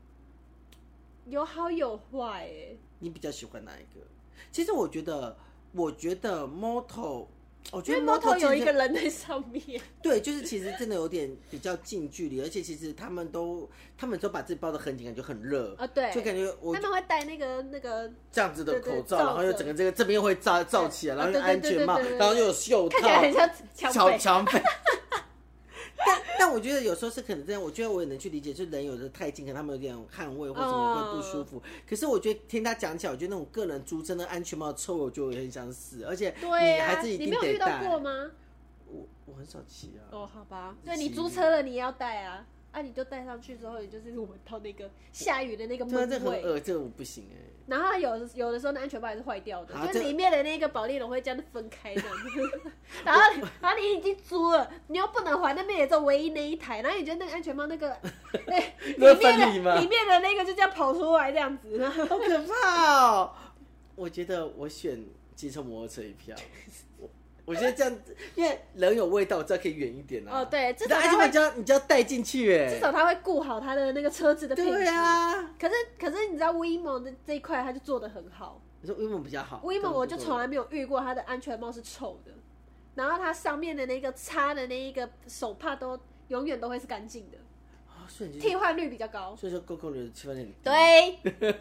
有好有坏耶。你比较喜欢哪一个？其实我觉得，我觉得摩托，我觉因得为摩托有一真个的人在上 *laughs* 面，对，就是其实真的有点比较近距离，而且其实他们都他们都把自己包的很紧，感觉很热啊对就感觉我他们会戴那个那个，这样子的对对口罩，罩然后又着整个这个这边又会罩罩起来，啊然后又对对安全帽对对对，对然后又有袖 *laughs* 看起来很套，像墙强背。 *laughs* 强匪。 *laughs* 但但我觉得有时候是可能这样，我觉得我也能去理解，就是人有的太近，可能他们有点汗味或什么会不舒嗯服。可是我觉得听他讲起来，我觉得那种个人租真的安全帽臭，我就很想死，而且对还啊，是一你定没有得遇到戴。过吗？我我很少骑啊。哦，好吧，自对己你租车了，你也要带啊，啊，你就带上去之后，你就是闻到那个下雨的那个对啊，这闷很味。恶，这我不行哎、然后有的有的时候那安全帽也是坏掉的，好就这是里面的那个保丽龙会这样分开这样 *laughs* 子。然后然后你已经租了，你又不能还，那边也就唯一那一台，然后你觉得那个安全帽 *laughs* 那个那那里分离面吗的里面的那个就这样跑出来这样子，然后好可怕哦！我觉得我选机车摩托车一票。我我觉得这样，因为人有味道，我知道可以远一点啊。哦对至少但安全他帽会你就要你就要带进去哎。至少他会顾好他的那个车子的品质。对啊，可是可是你知道 WeMo 的这一块他就做的很好。你说 WeMo 比较好。 WeMo 我就对从来没有遇过它的安全帽是臭的，然后它上面的那个擦的那一个手帕都永远都会是干净的，哦所以你就替换率比较高。所以说 GoGo 的气氛很低，对，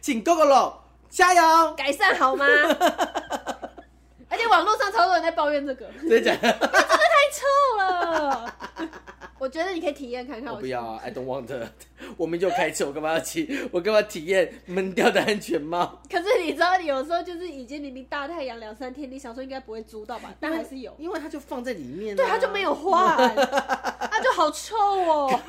请 GoGo 喽，加油！改善好吗？ *laughs* 而且网络上超多人在抱怨这个，真的假 *laughs* 的？太臭 *laughs* 了。我觉得你可以体验看看。我不要啊，I don't want it。我 *laughs* 们就开车，我干嘛要骑？我干嘛体验闷掉的安全帽？可是你知道，你有时候就是已经明明大太阳两三天，你想说应该不会租到吧，但还是有。因为它就放在里面啊。对，它就没有换， *laughs* 它就好臭哦。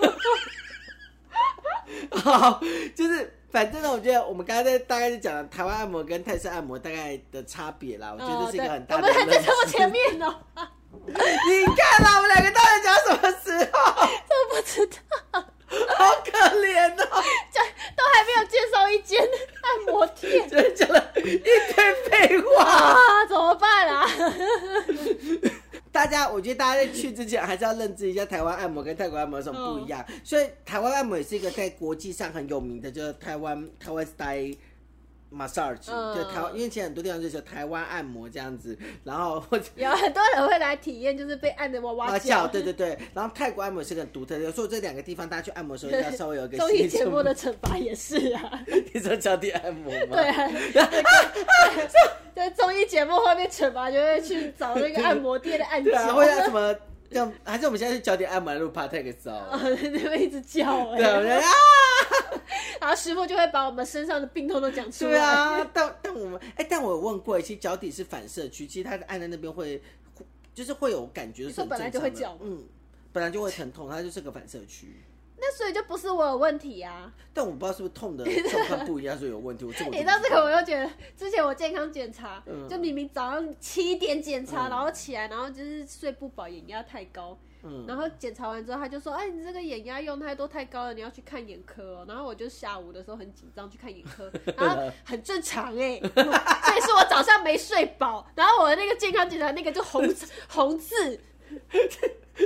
好， *laughs* 就是反正呢，我觉得我们刚才在大概就讲了台湾按摩跟泰式按摩大概的差别啦，我觉得这是一个很大哦的对我认们还在知。这么前面哦呢、你看啦，我们两个到底讲什么时候？都不知道，好可怜哦，这都还没有介绍一间按摩 *laughs* 店就是讲了一堆废话。啊，怎么办啊？大家，我觉得大家在去之前还是要认知一下台湾按摩跟泰国按摩有什嗯么不一样。所以台湾按摩也是一个在国际上很有名的，就是台湾台湾 style。massage、嗯就台湾，因为其实很多地方就是台湾按摩这样子，然后或者 *laughs* 有很多人会来体验，就是被按的哇哇花轿， *laughs* 叫。对对对。然后泰国按摩是个很独特的，有时候这两个地方大家去按 *laughs* 摩的时候，要稍微有一个综心艺理节准目备的惩罚也是啊， *laughs* 你说脚底按摩吗？对。啊，在综艺节目后面惩罚就会去找那个按摩店的 *laughs* *laughs* 按对啊，或者脚，什么这样，还是我们现在去脚底按摩来录 podcast 哦。 *laughs* 那边一直叫哎、对啊，我们啊，然后师傅就会把我们身上的病痛都讲出来。对啊，但但我们哎、但我有问过，其实脚底是反射区，其实它按在那边会，就是会有感觉，你是说很本来正就会常的叫吗嗯，本来就会疼痛，它就是个反射区。那所以就不是我有问题啊！但我不知道是不是 *laughs* 痛的状况不一样，所以有问题。我这我哎你就知道这个，我又觉得之前我健康检查，嗯就明明早上七点检查，嗯然后起来，然后就是睡不饱，眼压太高，嗯，然后检查完之后他就说：“哎，你这个眼压用太多太高了，你要去看眼科哦。”然后我就下午的时候很紧张去看眼科，然 *laughs* 后很正常哎、 *laughs* 所以是我早上没睡饱，然后我的那个健康检查那个就红红字，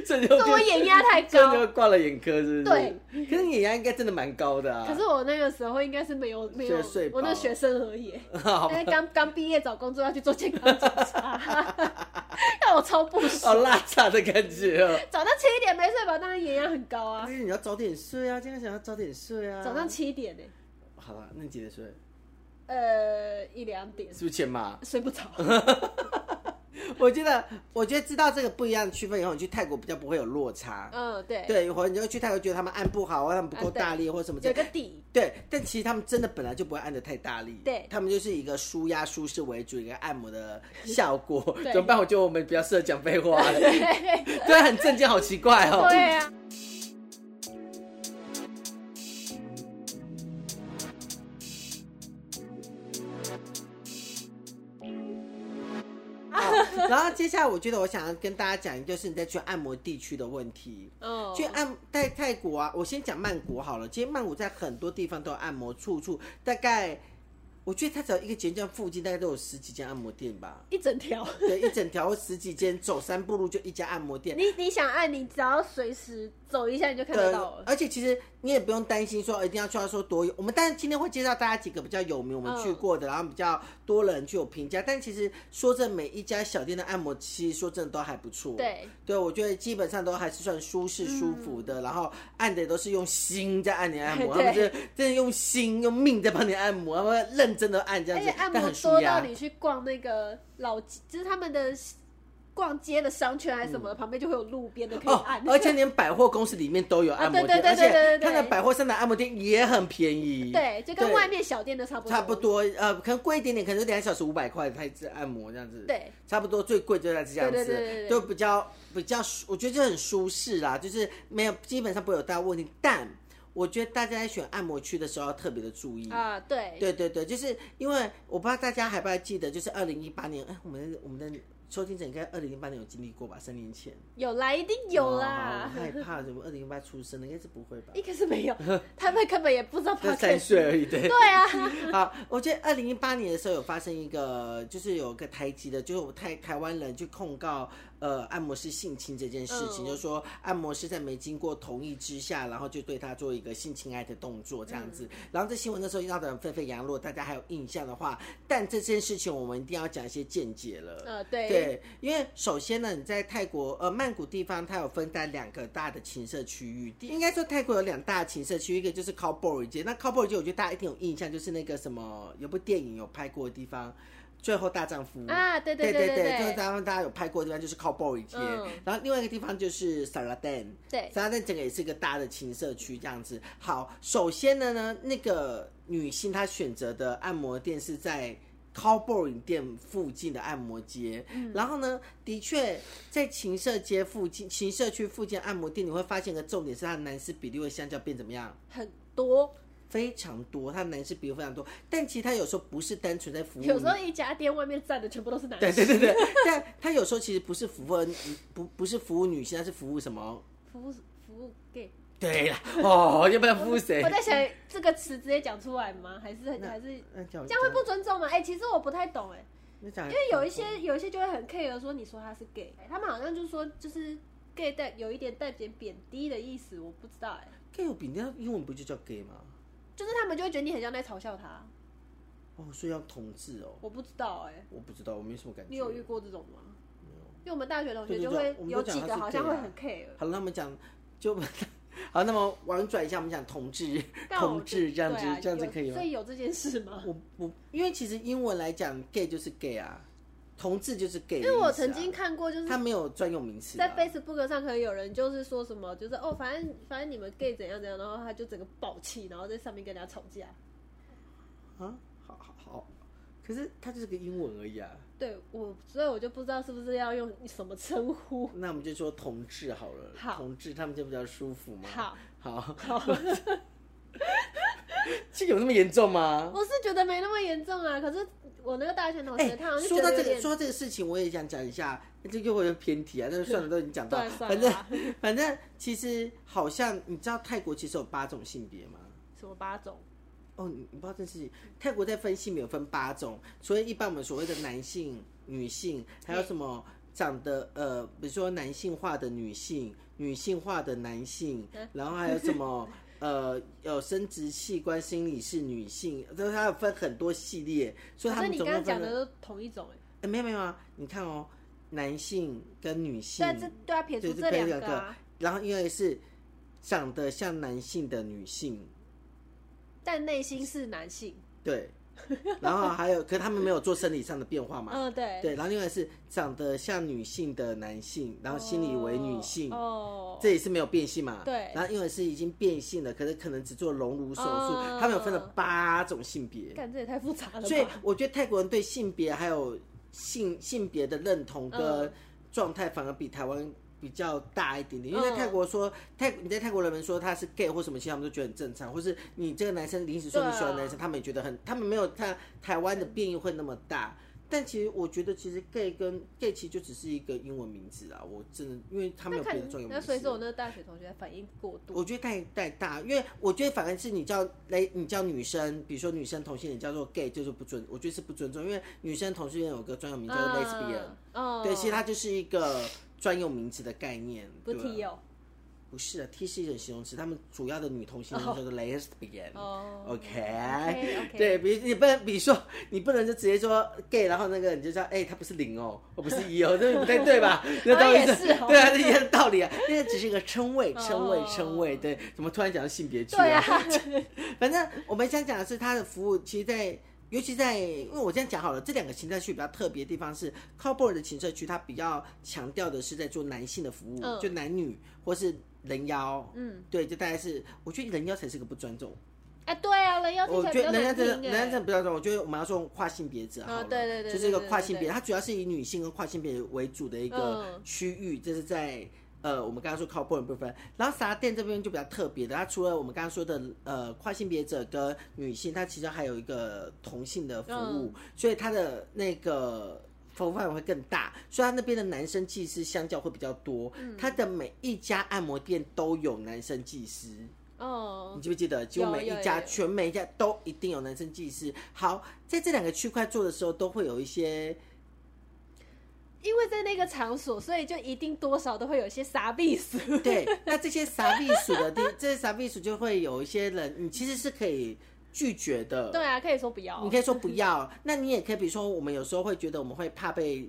这就说我眼压太 *laughs* 这高。就挂了眼科，是不是？对。可是你眼压应该真的蛮高的啊。可是我那个时候应该是没有没有学睡，饱我那学生而已欸、 *laughs* 好因为刚刚毕业找工作要去做健康检查， *laughs* 让我超不好爽。拉差的感觉哦。早上七点没睡饱，当然眼压很高啊但。是你要早点睡啊，今天想要早点睡啊。早上七点呢、好了，那你几点睡？呃，一两点是不是欠骂？睡不着。 *laughs* 我觉得，我觉得知道这个不一样的区分以后，你去泰国比较不会有落差。嗯，对，对，有会你就去泰国觉得他们按不好啊，他们不够啊对大力或什么之有类的。个 *laughs* 底，对，但其实他们真的本来就不会按的太大力，对他们就是一个舒压舒适为主一个按摩的效果。 *laughs* 对怎么办？我觉得我们比较适合讲废话， *laughs* *laughs* 对，很正经，好奇怪哦。对啊。 *laughs* 然后接下来，我觉得我想要跟大家讲，就是你在去按摩地区的问题。嗯，去按在泰国啊，我先讲曼谷好了。其实曼谷在很多地方都有按摩，处处大概，我觉得它只要一个捷运站附近，大概都有十几间按摩店吧。一整条。对，一整条或十几间，走三步路就一家按摩店。你你想按，你只要随时走一下，你就看得对到，了。而且其实你也不用担心说一定要去到说多有，我们当然今天会介绍大家几个比较有名我们嗯去过的，然后比较多人去有评价。但其实说真的，每一家小店的按摩，其实说真的都还不错。对，对，我觉得基本上都还是算舒适嗯舒服的，然后按的也都是用心在按你按摩，他 *laughs* 对们是真的用心用命在帮你按摩，他们会认真的按这而样且子，按但摩很舒多到压。你去逛那个老街，就是他们的逛街的商圈还是什么的，旁边就会有路边的可以哦按。，啊而且连百货公司里面都有按摩店，对对对对对对而且对它的百货商的按摩店也很便宜。对，就跟对外面小店的差不多。差不。多，呃，可能贵一点点，可能就两小时五百块，它一次按摩这样子。，对，差不多最贵就在这样子，对对对对对就比较比较舒，我觉得就很舒适啦，就是没有基本上不会有大问题。但我觉得大家在选按摩区的时候要特别的注意。啊，对，嗯对对对，就是因为我不知道大家还不还记得，就是二零一八年，哎，我们我们的收听者应该二零一八年有经历过吧？三年前有啦，一定有啦哦。 *laughs* 好害怕，怎么二零一八出生的应该是不会吧？应该是没有， *laughs* 他们根本也不知道就 podcast。三岁而已，对。 *laughs* 对 *laughs* 啊，好，我觉得二零一八年的时候有发生一个，就是有个台籍的，就是我台台湾人去控告呃按摩师性侵这件事情，嗯就是说按摩师在没经过同意之下，然后就对他做一个性侵害的动作这样子。然后这新闻那时候闹得很沸沸扬扬，如果大家还有印象的话，但这件事情我们一定要讲一些见解了。呃，对，对，因为首先呢，你在泰国呃曼谷地方，它有分在两个大的情色区域。第应该说泰国有两大情色区，一个就是 Cowboy 街。那 Cowboy 街，我觉得大家一定有印象，就是那个什么有部电影有拍过的地方，《最后大丈夫》啊，对对对对对最后大丈夫大家有拍过的地方就是 Cowboy 街，嗯然后另外一个地方就是萨拉丹。对，沙旦整个也是一个大的情色区这样子。好，首先呢呢，那个女性她选择的按摩店是在 Cowboy 店附近的按摩街，嗯然后呢，的确在情色街附近、情色区附近按摩店，你会发现一个重点是它的男士比例会相较变怎么样？很多，非常多，它的男士比例非常多，但其实它有时候不是单纯在服务有你时候一家店外面站的全部都是嗯男对人，对对对，但它有时候其实不是服务不不是服务女性，它是服务什 *laughs* 么？服务服务 gay。对啦， *laughs* 哦，要不然服务谁我？在想这个词直接讲出来吗？还是还是那讲这样会不尊重吗？哎，其实我不太懂哎，那讲，因为有一些有一些就会很 care 说你说他是 gay，哎他们好像就说就是 gay 带有一点带点贬低的意思，我不知道哎， gay 有比那英文不就叫 gay 吗？就是他们就会觉得你很像在嘲笑他，哦，所以要同志哦，我不知道哎，我不知道，我没什么感觉。你有遇过这种吗？因为我们大学同对对学就对啊会我们都有讲几他个是好像 gay 会啊很 care， *laughs* 好了，那么讲就 *laughs* 好，那么婉转一下，我们讲同志，但我同志这样子对啊，这样子有可以吗所？以有这件 *laughs* 事吗？我我因为其实英文来讲，gay 就是 gay 啊，同志就是 gay 因的意思啊。为我曾经看过，就是他没有专用名词啊，在 Facebook 上可能有人就是说什么，就是哦，反正反正你们 gay 怎样怎样，然后他就整个爆气，然后在上面跟人家吵架。啊，好好好，可是它就是个英文而已啊。对我，所以我就不知道是不是要用什么称呼。那我们就说同志好了，好同志他们就比较舒服嘛。好，好，好， *laughs* 这有那么严重吗？啊哎我是觉得没那么严重啊，可是我那个大学同学、他好像就说觉到得这有个，点说到这个事情，我也想讲一下，这又会有偏题啊。但是算了，都已经讲到，啊对反算了啊正啦反正其实好像你知道泰国其实有八种性别吗？什么八种，哦，你你不知道这事情，泰国在分性别有分八种，所以一般我们所谓的男性、女性，还有什么长得呃，比如说男性化的女性、女性化的男性，然后还有什 *laughs* 么呃，有生殖器官心理是女性，就是它有分很多系列，所以他可是们你总刚共刚分讲了。的都同一种哎、哎，没有没有啊，你看哦，男性跟女性对，啊，这对啊，撇对除是这分两两个啊，然后因为是长得像男性的女性，但内心是男性， *laughs* 对，然后还有，可是他们没有做生理上的变化嘛，嗯，对，对，然后另外是长得像女性的男性，然后心理为女性，哦，这也是没有变性嘛，对然后因为是已经变性了，可是可能只做隆乳手术，哦他们有分了八种性别，干这也太复杂了吧，所以我觉得泰国人对性别还有性性别的认同跟嗯状态，反而比台湾比较大一点点。因为在嗯泰国说泰你在泰国人们说他是 gay 或什么，其实他们都啊觉得很正常，或是你这个男生临时说你喜欢男生，对他们也觉得很，他们没有他台湾的变异会那么大。但其实我觉得，其实 gay 跟 gay 其实就只是一个英文名字啊，我真的，因为他们有那看别的专有名那词。啊哦所以说我那个大学同学反应过度，我觉得太太大，因为我觉得反而是你叫嘞，你叫女生，比如说女生同性恋叫做 gay，就是不尊，我觉得是不尊重，因为女生同性恋有个专有名叫做 lesbian，、嗯，对，其实它就是一个专有名词的概念。不对啊提哦，不是的，T 是一种形容词，他们主要的女同性恋叫做 lesbian。哦 OK， OK，OK *laughs* 啊对，比如你不能，比如说你不能就直接说 gay，然后那个你就叫哎、他不是零哦，我不是一哦，这不太对吧？那道理也是哦对啊，这一样的道理啊，因为只是一个称谓，称谓，哦称谓，对，怎么突然讲到性别去对啊， *laughs* 反正我们想讲的是它的服务，其实在。尤其在，因为我这样讲好了，这两个行政区比较特别的地方是 c o b o y 的行政区，它比较强调的是在做男性的服务，嗯就男女或是人妖，嗯，对，就大概是，我觉得人妖才是个不尊重，哎，对 *laughs* 啊，人妖听我起来觉比较得人家真难的，听人家真的哎，不要说，我觉得我们要说跨性别者好了，嗯对对对就是一个对对跨性别，对对它主要是以女性跟跨性别为主的一个嗯区域，这是在。呃，我们刚刚说靠 o 的部分，然后沙店这边就比较特别的，它除了我们刚刚说的呃跨性别者跟女性，它其实还有一个同性的服嗯务，所以它的那个服务范围会更大，所以它那边的男生技师相较会比较多，嗯它的每一家按摩店都有男生技师。你哦，记不记得？几乎每一有家，有全每一家都一定有男生技师。好，在这两个区块做的时候，都会有一 *laughs* 些因为在那个场所，所以就一定多少都会有一些傻 *laughs* 逼死，对。那这些傻避暑的地，这些傻避暑就会有一些人，你其实是可以拒绝的。对啊，可以说不要，你可以说不要，那你也可以，比如说我们有时候会觉得我们会怕被，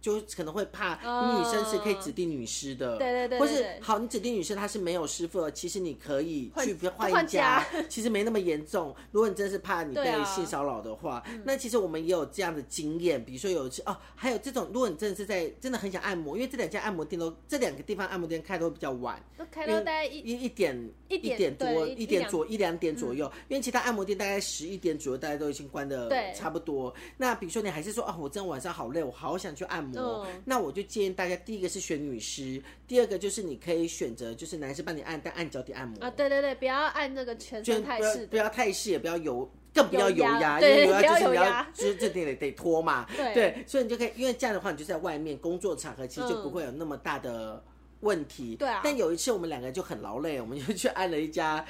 就可能会怕哦女生是可以指定女师的，对对对或对是对好，你指定女生她是没有师傅的，其实你可以换去换换一家，其实没那么严重。如果你真是怕你对被啊嗯性骚扰的话，那其实我们也有这样的经验，比如说有一次哦，还有这种，如果你真的是在真的很想按摩，因为这两家按摩店都这两个地方按摩店开都会比较晚，都开到大概一一一点一点点多对一一点一两嗯左一两点左右，因为其他按摩店大概十一点左右，大家都已经关的对差不多。那比如说你还是说啊，我真的晚上好累，我好想去按摩，嗯那我就建议大家，第一个是选女师，第二个就是你可以选择就是男生帮你按，但按脚底按摩啊，对对对，不要按那个全身不态要势不要太细，也不要油，更不要油油压，压因为对油压就是不要你油要压，就是这点得得拖嘛。对所以你就可以，因为这样的话，你就在外面工作场合，其实就嗯不会有那么大的问题。对啊但有一次我们两个就很劳累，我们就去按了一家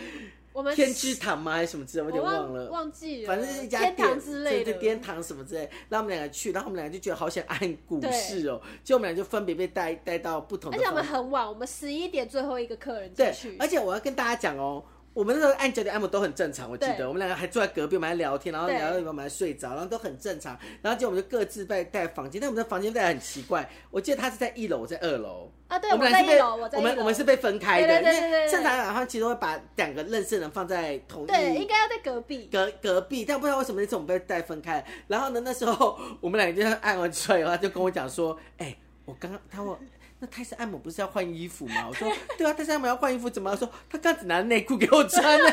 我们天之堂吗？还是什么之类，我有我点忘了。忘记了，反正就是一家天店堂之类对的，对天堂什么之类。然后我们两个去，然后我们两个就觉得好想按股市哦，结果我们俩就分别被带带到不同的房而且间。我们很晚，我们十一点最后一个客人进对去，，而且我要跟大家讲哦，我们那时候按脚底按摩都很正常，我记对得我们两个还坐在隔壁，我们还聊天，然后对聊到一半我们还睡着，然后都很正常。然后结果我们就各自带带房间，但我们的房间带很奇怪，我记得他是在一楼，我在二楼。啊，对，我们们俩是在一被楼，我在一们楼我们是被分开的，对因对对对对为对正常来讲，他其实会把两个认识的人放在同对，一应该要在隔壁，隔隔壁，但不知道为什么那次我们被带分开。然后呢，那时候我们两个就按完出来以后，他就跟我讲说：“哎、我刚刚他问，那泰式按摩不是要换衣服吗？”我说：“对啊，泰式按摩要换衣服，怎么了？”他说：“他刚只拿内裤给我穿呢、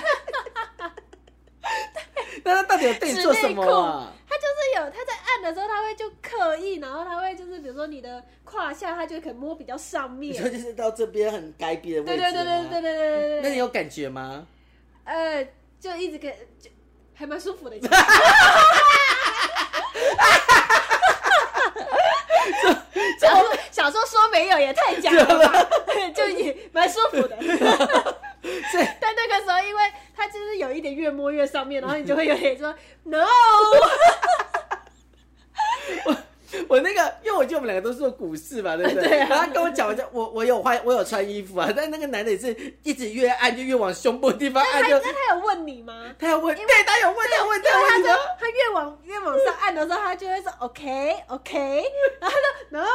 *laughs* 那他到底有对你做什么、啊？他就是有他在按看的时候，他会就刻意，然后他会就是比如说你的胯下，他就可能摸比较上你面。说就是到这边很该逼的位对置对对对吗对对对对那对。你有感觉吗？呃，就一直给，就还蛮舒 *laughs* 服的。想说想说说没有也太假了吧，就也蛮舒 *laughs* 服的。所以但那个时候，因为他就是有一点越摸越上面，然后你就会有点 *laughs* 说 no， *laughs* 我那个，因为我记得我们两个都是做股市嘛，对不对？ *laughs* 对啊然后他跟我讲，我就我我有换，我有穿衣服啊， *laughs* 但那个男的也是一直越按就越往胸部的地方按他就，那他有问你吗？他要问，对他有问，他有问，因他有为他问啊就他，他越往越往上按的时候，他就会说 OK OK，然后他说 no，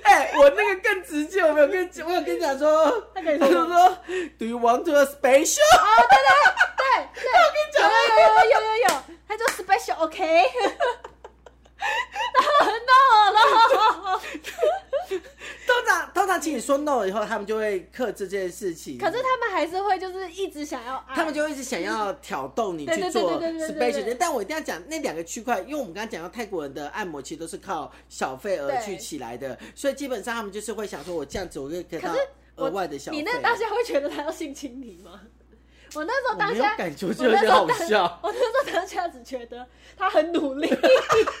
*laughs* 哎、我那个更直接，我没有跟你我有跟你讲说，他跟你他说就什么说，Do you want to a special？对对，我跟你讲，有有有有有有，他就 special OK，然后 no，然后通常通常请你说 no 以后，他们就会克制这件事情。可是他们还是会就是一直想要按，他们就一直想要挑逗你对去对做对对对对对 special，但我一定要讲那两个区块，因为我们刚刚讲到泰国人的按摩其实都是靠小费而去对起来的，所以基本上他们就是会想说，我这样子我可以得到可是额外的小费。你那当下会觉得他要性侵你吗？我那时我候当没有下，感觉，我我觉得有那时点候好笑。当 *laughs* 我那时候当下只觉得他很努力，因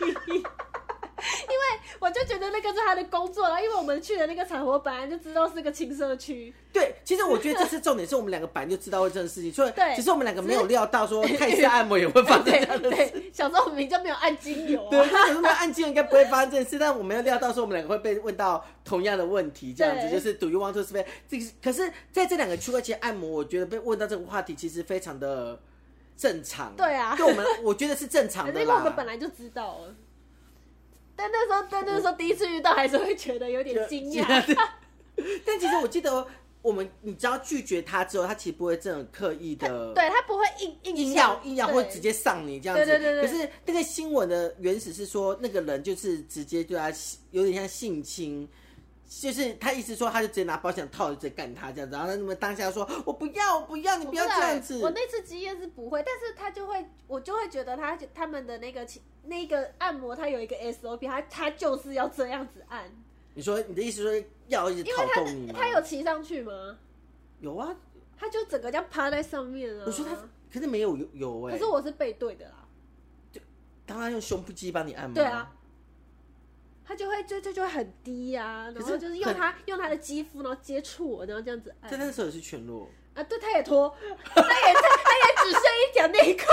为我就觉得那个是他的工作了。因为我们去的那个场合，我本来就知道是个青社区，对，其实 *laughs* 我觉得这是重点，是我们两个本来就知道会这件事情，所以对只是我们两个没有料到 *laughs* 说泰式按摩也会发生这对样的事。对，小时候我们就没有按精油、对，啊，那有没有按键应该不会发生这件事， *laughs* 但我没有料到说我们两个会被问到同样的问题，这样子对就是 Do you want to spend？这个是可是在这两个区块，其实按摩，我觉得被问到这个话题其实非常的正常。对啊对我们我觉得是正常可的是啦。因为我们本来就知道了。但那时候，但那时候第一次遇到，还是会觉得有点惊讶。 *laughs* 对。但其实我记得我们，你只要拒绝他之后，他其实不会这种刻意的。对他不会硬硬硬想要硬要，对或直接上你这样子。对对对对可是那个新闻的原始是说，那个人就是直接对他性有点像性侵，就是他意思说，他就直接拿保险套直接干他这样子。然后他们当下说：“我不要，我不要，你我不要知道这样我子。那次经验是不会，但是他就会，我就会觉得他他们的那个那个按摩，他有一个 SOP，他他就是要这样子按，”你说你的意思说要一直因为挑他逗你的吗？他有骑上去吗？有啊，他就整个这样趴在上面啊。我说他可是没有有有哎、可是我是背对的啦，当然用胸部肌帮你按摩。对啊。他就会就就就会很低啊，然可是后就是用很他用他的肌肤，然后接触我，然后这样子按在那时候也是全裸， *laughs* 啊，对，他也脱，他也他他也只剩一条 *laughs* 内裤。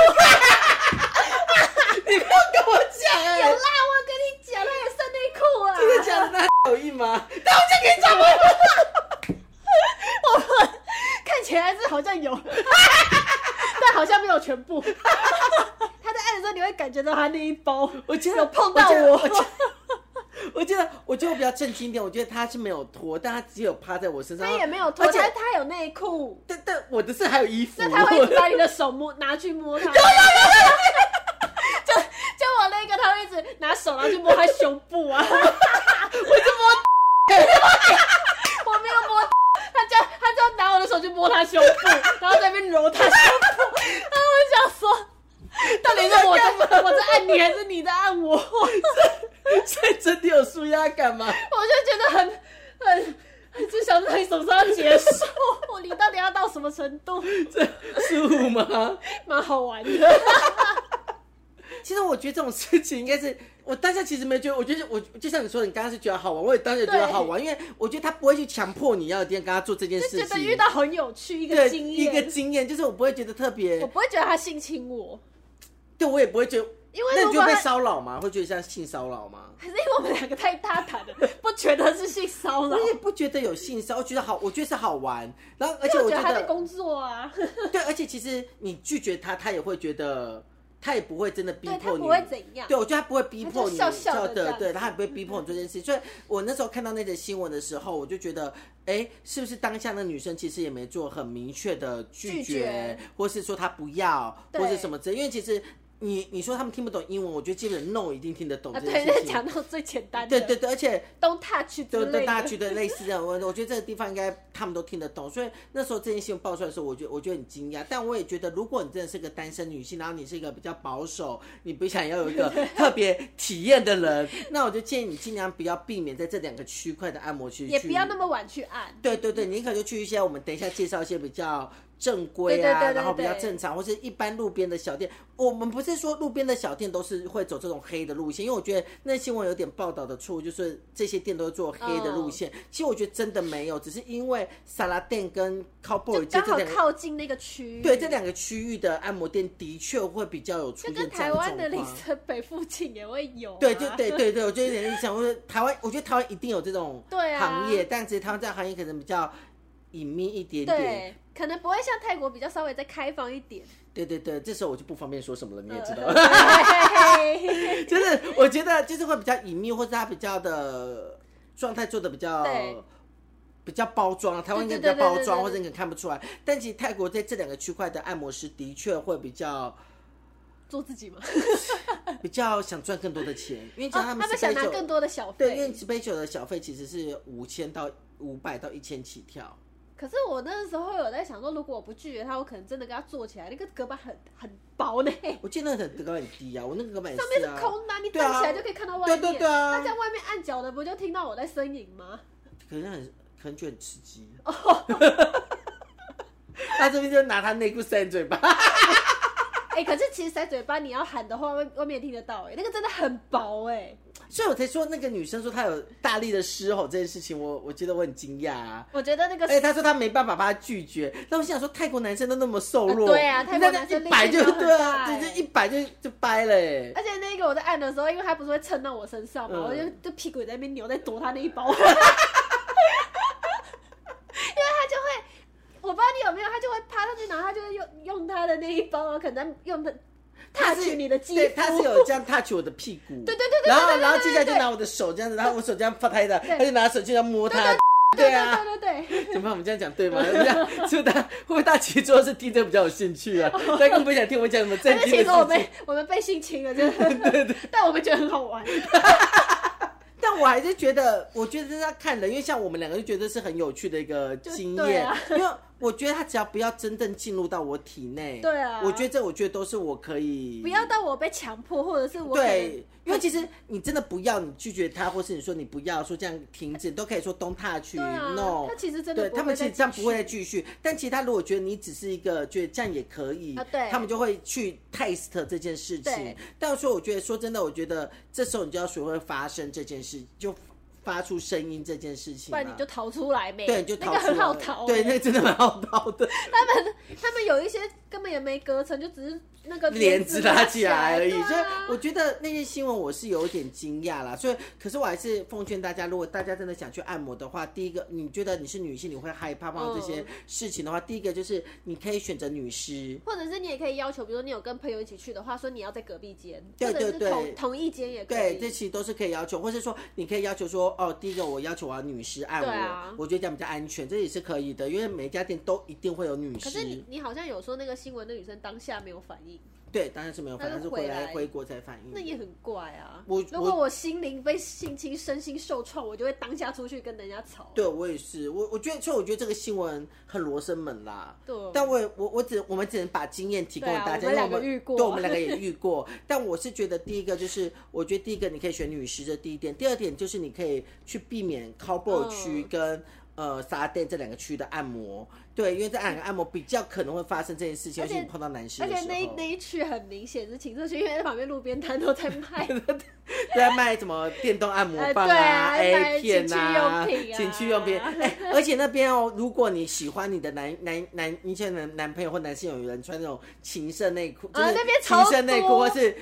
你不要跟我讲有哎、啦，我跟你讲，他也剩内裤啊。真的假的？那有意吗？ *laughs* 看起来是好像有， *laughs* 但好像没有全部。他在按的时候，你会感觉到他那一包我觉得有碰到我觉得我。我觉得我觉得，我觉得我比较震惊一点，我觉得他是没有脱，但他只有趴在我身上，他也没有脱，而且他他有内裤，但但我的是还有衣服，所以他会一直我把你的手摸拿去摸他。 *laughs* 就就我那个，他会一直拿手拿去摸他胸部啊。 *laughs* 我是 *laughs* 摸，我没有摸，他就他就拿我的手去摸他胸部，然后在那边揉他胸部， *laughs* 然后我想说。到底是我在我在按你，还是你在按我？ *laughs* 所以真的有舒压感吗？我就觉得很很。很就想说你什么时候要结束？ *laughs* 我你到底要到什么程度？这舒服吗？ *laughs* 蛮好玩的。其实我觉得这种事情应该是我当下其实没觉得，我觉得我就像你说，你刚刚是觉得好玩，我也当时觉得好玩，因为我觉得他不会去强迫你要一定要跟他做这件 *laughs* 就事情，觉得遇到很有趣，一个对经一个验。经验，就是我不会觉得特我别，不会觉得他性侵我， *laughs* 对我也不会觉得，因为那如你就果被他骚扰吗？会觉得像性骚扰吗？还是因为我们两个太大胆了， *laughs* 不觉得是性骚扰我。 *laughs* 也不觉得有性骚扰，我觉得好，我觉得是好玩。然后，而因且为我我觉觉得他在得，工作啊， *laughs* 对，而且其实你拒绝他，他也会觉得，他也不会真的逼对他迫你不。会怎样。对，我觉得他不会逼迫你，他就笑笑的这的，样对，他也不会逼迫你做这件事。所以我那时候看到那则新闻的时候，我就觉得，哎，是不是当下那女生其实也没做很明确的拒拒绝或是说她不要，对或是什么之类？因为其实你你说他们听不懂英文，我觉得基本 no 一定听得懂啊，这件对，那事情。讲到最简单的，对对对，而且，Don't touch 之对类对，大家的，觉得类似的，我我觉得这个地方应该他们都听得懂，所以那时候这件新闻爆出来的时候，我觉得我觉得很惊讶，但我也觉得，如果你真的是个单身女性，然后你是一个比较保守，你不想要有一个特别体验的人，那我就建议你尽量不要避免在这两个区块的按摩区去，也不要那么晚去按。对对对，你可能就去一些我们等一下介绍一些比较正规啊，对对对对然后比较对正常，或是一般路边的小店。我们不是说路边的小店都是会走这种黑的路线，因为我觉得那新闻有点报道的错误，就是这些店都是做黑的路线。其实我觉得真的没有，只是因为沙拉店跟 Cowboy 就街刚这好两个。靠近那个区域，对这两个区域的按摩店的确会比较有出现就跟这样台湾的状林况森北附近也会有啊、对，就对对对，我觉得有点印象。我觉得台湾，我觉得台湾一定有这种对啊行业，但其实台湾这个行业可能比较隐秘一点点。对，可能不会像泰国比较稍微再开放一点，对对对，这时候我就不方便说什么了，你也 *laughs* 知道，呃 *laughs* 对就是我觉得就是会比较隐秘，或者他比较的状态做的比较对比较包装，台湾应该比对较对对包对装，对或者你可能看不出来。但其实泰国在这两个区块的按摩师的确会比 *laughs* 较做自己嘛，比较想赚更多的钱，因为哦讲他们他是们想被拿酒更多的小对，因为费。杯酒的小费其实是五千到五百到一千起跳。可是我那时候有在想说，如果我不拒绝他，我可能真的跟他做起来，那个隔板很很薄呢，上我记得那个隔板很低啊，我那个隔板也面哎是是啊。空的啊、你对啊站起来就可以看到外对面。对对啊那在外面按脚的不就听到我在呻吟吗？ *laughs* 可能很可能觉得很吃鸡。他这边就拿他内裤塞你嘴巴，哎、可是其实塞嘴巴你要喊的话，外外面也听得到哎、那个真的很薄哎、所以我才说那个女生说她有大力的嘶吼这件事情，我我觉得我很惊讶啊。我觉得那个哎、她说她没办法把她拒绝，那我心想说泰国男生都那么瘦弱，呃对啊泰国男生一摆就力气都很对啊，大对，欸就一摆就就掰了、欸，而且那个我在按的时候，因为他不是会蹭到我身上嘛，嗯我就就屁股在那边扭，在躲他那一包，因为 *laughs* 他就会，我不知道你有没有，他就会趴上去，然后他就会用用他的那一包，然后可能用的他 touch 是你的肌对，肤，他是有这样 touch 我的屁股，对对对对然后对对然后接下来对就拿我的手这样子，然后我手这样放他一下，对他就拿手这样摸他，对啊，对 *laughs* 对对，怎么办？我们这样讲对吗？这样是不是大家会不会大家其实做是听这比较有兴 *laughs* 趣啊？大家更不想听我讲什么正但是经的其事实 *laughs* 我情们。我们被性侵了，真的， *laughs* 对对，但我们觉得很 *laughs* 好玩，但我还是觉得，我觉得是要看人，因为像我们两个就觉得是很有趣的一个经就对验。啊因为我觉得他只要不要真正进入到我体内，对啊我觉得这我觉得都是我可以不要到我被强迫，或者是我可能对，因为其实你真的不要，你拒绝他，或是你说你不要，说这样停止，你都可以说 don't touch、对啊 no。他其实真的对不他会们其再实这样继不会续再继续，但其实他如果觉得你只是一个觉得这样也可以，啊对他们就会去 test 这件事情对。但是我觉得说真的，我觉得这时候你就要学会发声这件事，就发出声音这件事情不啊、然你就逃出来没，对你就逃那个出很好来逃，欸对，那个真的蛮好逃的。他们他们有一些根本也没隔层，就只是那 *laughs* 个帘子拉起来而已， *laughs* 对啊所以我觉得那些新闻我是有一点惊讶啦。所以，可是我还是奉劝大家，如果大家真的想去按摩的话，第一个，你觉得你是女性，你会害怕碰到这些嗯事情的话，第一个就是你可以选择女师，或者是你也可以要求，比如说你有跟朋友一起去的话，说你要在隔壁间，对或者是对对同同一间也可对以，。这其实都是可以要求，或是说你可以要求说，哦，第一个我要求我要女师按摩，对啊我觉得这样比较安全，这也是可以的，因为每一家店都一定会有女可是你师。你好像有说那个新闻的女生当下没有反应，对，当然是没有，那就反正是回回来来回国才反应。那也很怪啊。我如果我心灵被性侵、身心受创，我就会当下出去跟人家吵。对我也是，我我觉得，所以我觉得这个新闻很罗生门啦。对但我也我我只我们只能把经验提供给对啊大家，因我们为两个遇过对，我们两个也遇过。但我是觉得第一个就是，我觉得第一个你可以选女士，这第一点；第二点就是你可以去避免 cowboy 嗯区跟、呃沙店这两个区的按摩，对，因为这两个按摩比较可能会发生这件事情，而尤且其你碰到男士而的时候，且那一那一区很明显是情色区，因为旁边路边摊 *laughs* 都在卖。在卖什么电动按摩棒啊、呃对啊 A 片啊卖情趣用、品啊情趣用 *laughs* 品。哎，而且那边哦，如果你喜欢你的男男男，你现在男男朋友或男性有人穿那种情色内裤，就是啊那边情超色内裤多或是。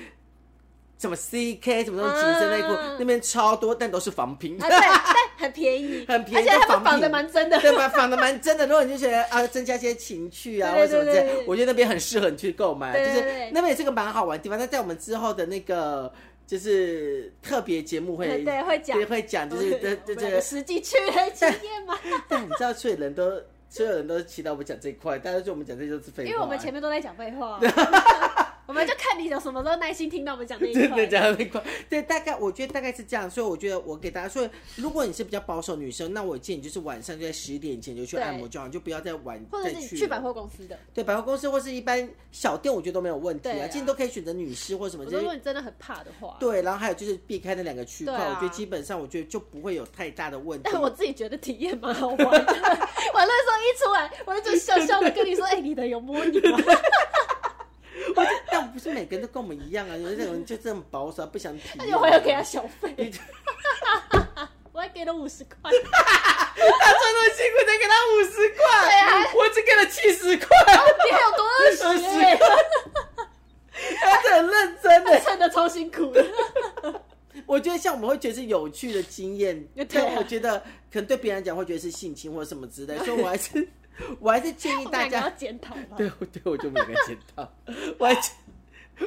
什么 CK 什么那种紧身内裤，啊那边超多，但都是仿品，啊，对，但很便宜，很便宜而且他仿们绑品的蛮真 *laughs* 的。对吧？仿的蛮真的。如果你就觉得啊，增加一些情趣啊，或对者什么之对对类，对我觉得那边很适合你去购买，啊对就对是对那边也是个蛮好玩的地方。那在我们之后的那个就是特别节目会哎对 *laughs* 对会讲对会讲，就是对对我们有对。实际去的经验 *laughs* 嘛，但你知道，所有人都所有人都期待我们讲这一块，大家就我们讲这就是废 *laughs* 因话，为我们前面都在讲废话，我们就看你有什么时候耐心听到我们讲那一真的块。讲那块，对，大概我觉得大概是这样，所以我觉得我给大家说，如果你是比较保守女生，那我建议就是晚上就在十点前就去对按摩就好，你就不要再晚或再者是你去去了百货公司的，对百货公司或是一般小店，我觉得都没有问题对啊，啊其实你都可以选择女士或什么我这说如些。果你真的很怕的话，对，然后还有就是避开那两个区块，对啊我觉得基本上我觉得就不会有太大的问题。但我自己觉得体验蛮 *laughs* 好玩的。完了之后一出来，我就笑笑的跟你说：“哎、你的有摸你吗但不是每个人都跟我们一样啊，有些人就这么保守，不想 *laughs* 体？”而且验。我还要给他小费，你我还给了五十块。他赚那么辛苦，才给他五十块，对啊我只给了七十块，你还有多二十、欸？他真的很认真的他。蹭的超辛苦的。我觉得像我们会觉得是有趣的经验，对啊但我觉得可能对别人来讲会觉得是性侵或什么之类，所以我还是我还是建议 *laughs* 我们 *laughs* 大两个要家，检讨吧。对对，我就没有捡到，我还是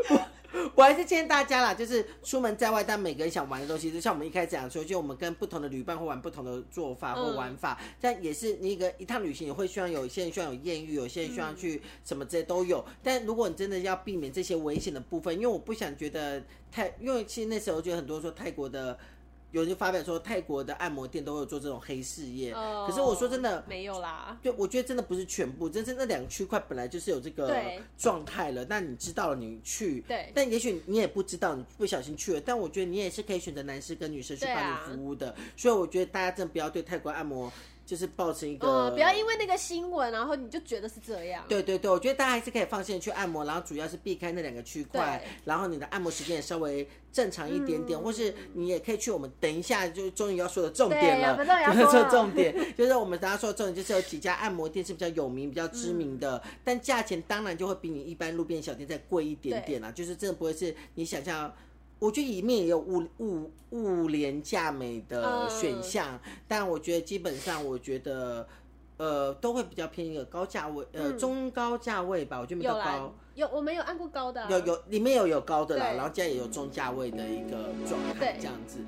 我我还是建议大家啦，就是出门在外，但每个人想玩的东西，就像我们一开始讲说，就我们跟不同的旅伴会玩不同的做法或嗯玩法，但也是你一个一趟旅行，也会希望有些人希望有艳遇，有些人希嗯望去什么这些都有。但如果你真的要避免这些危险的部分，因为我不想觉得泰，因为其实那时候就很多说泰国的。有人就发表说，泰国的按摩店都有做这种黑事业。哦可是我说真的，没有啦。对，我觉得真的不是全部，真是那两个区块本来就是有这个对状态了。那你知道了，你去，对但也许你也不知道，你不小心去了。但我觉得你也是可以选择男士跟女士去对帮啊你服务的。所以我觉得大家真的不要对泰国按摩就是抱持一个，嗯，不要因为那个新闻，然后你就觉得是这样。对对对，我觉得大家还是可以放心地去按摩，然后主要是避开那两个区块对，嗯然后你的按摩时间也稍微正常一点点，或是你也可以去我们等一下就终于要说的重点对了，我们终于要说了说重点，就是我们大家说的重点就是有几家按摩店是比较有名、比较知名的，嗯但价钱当然就会比你一般路边小店再贵一点点啦，就是真的不会是你想象。我觉得里面也有物物物廉价美的嗯选项，但我觉得基本上，我觉得呃，都会比较偏一个高价位，呃，中高价位吧，我觉得没嗯有到啦高，，有我们有按过高的啊、有有里面有有高的啦，对然后现在也有中价位的一个状态对这样子。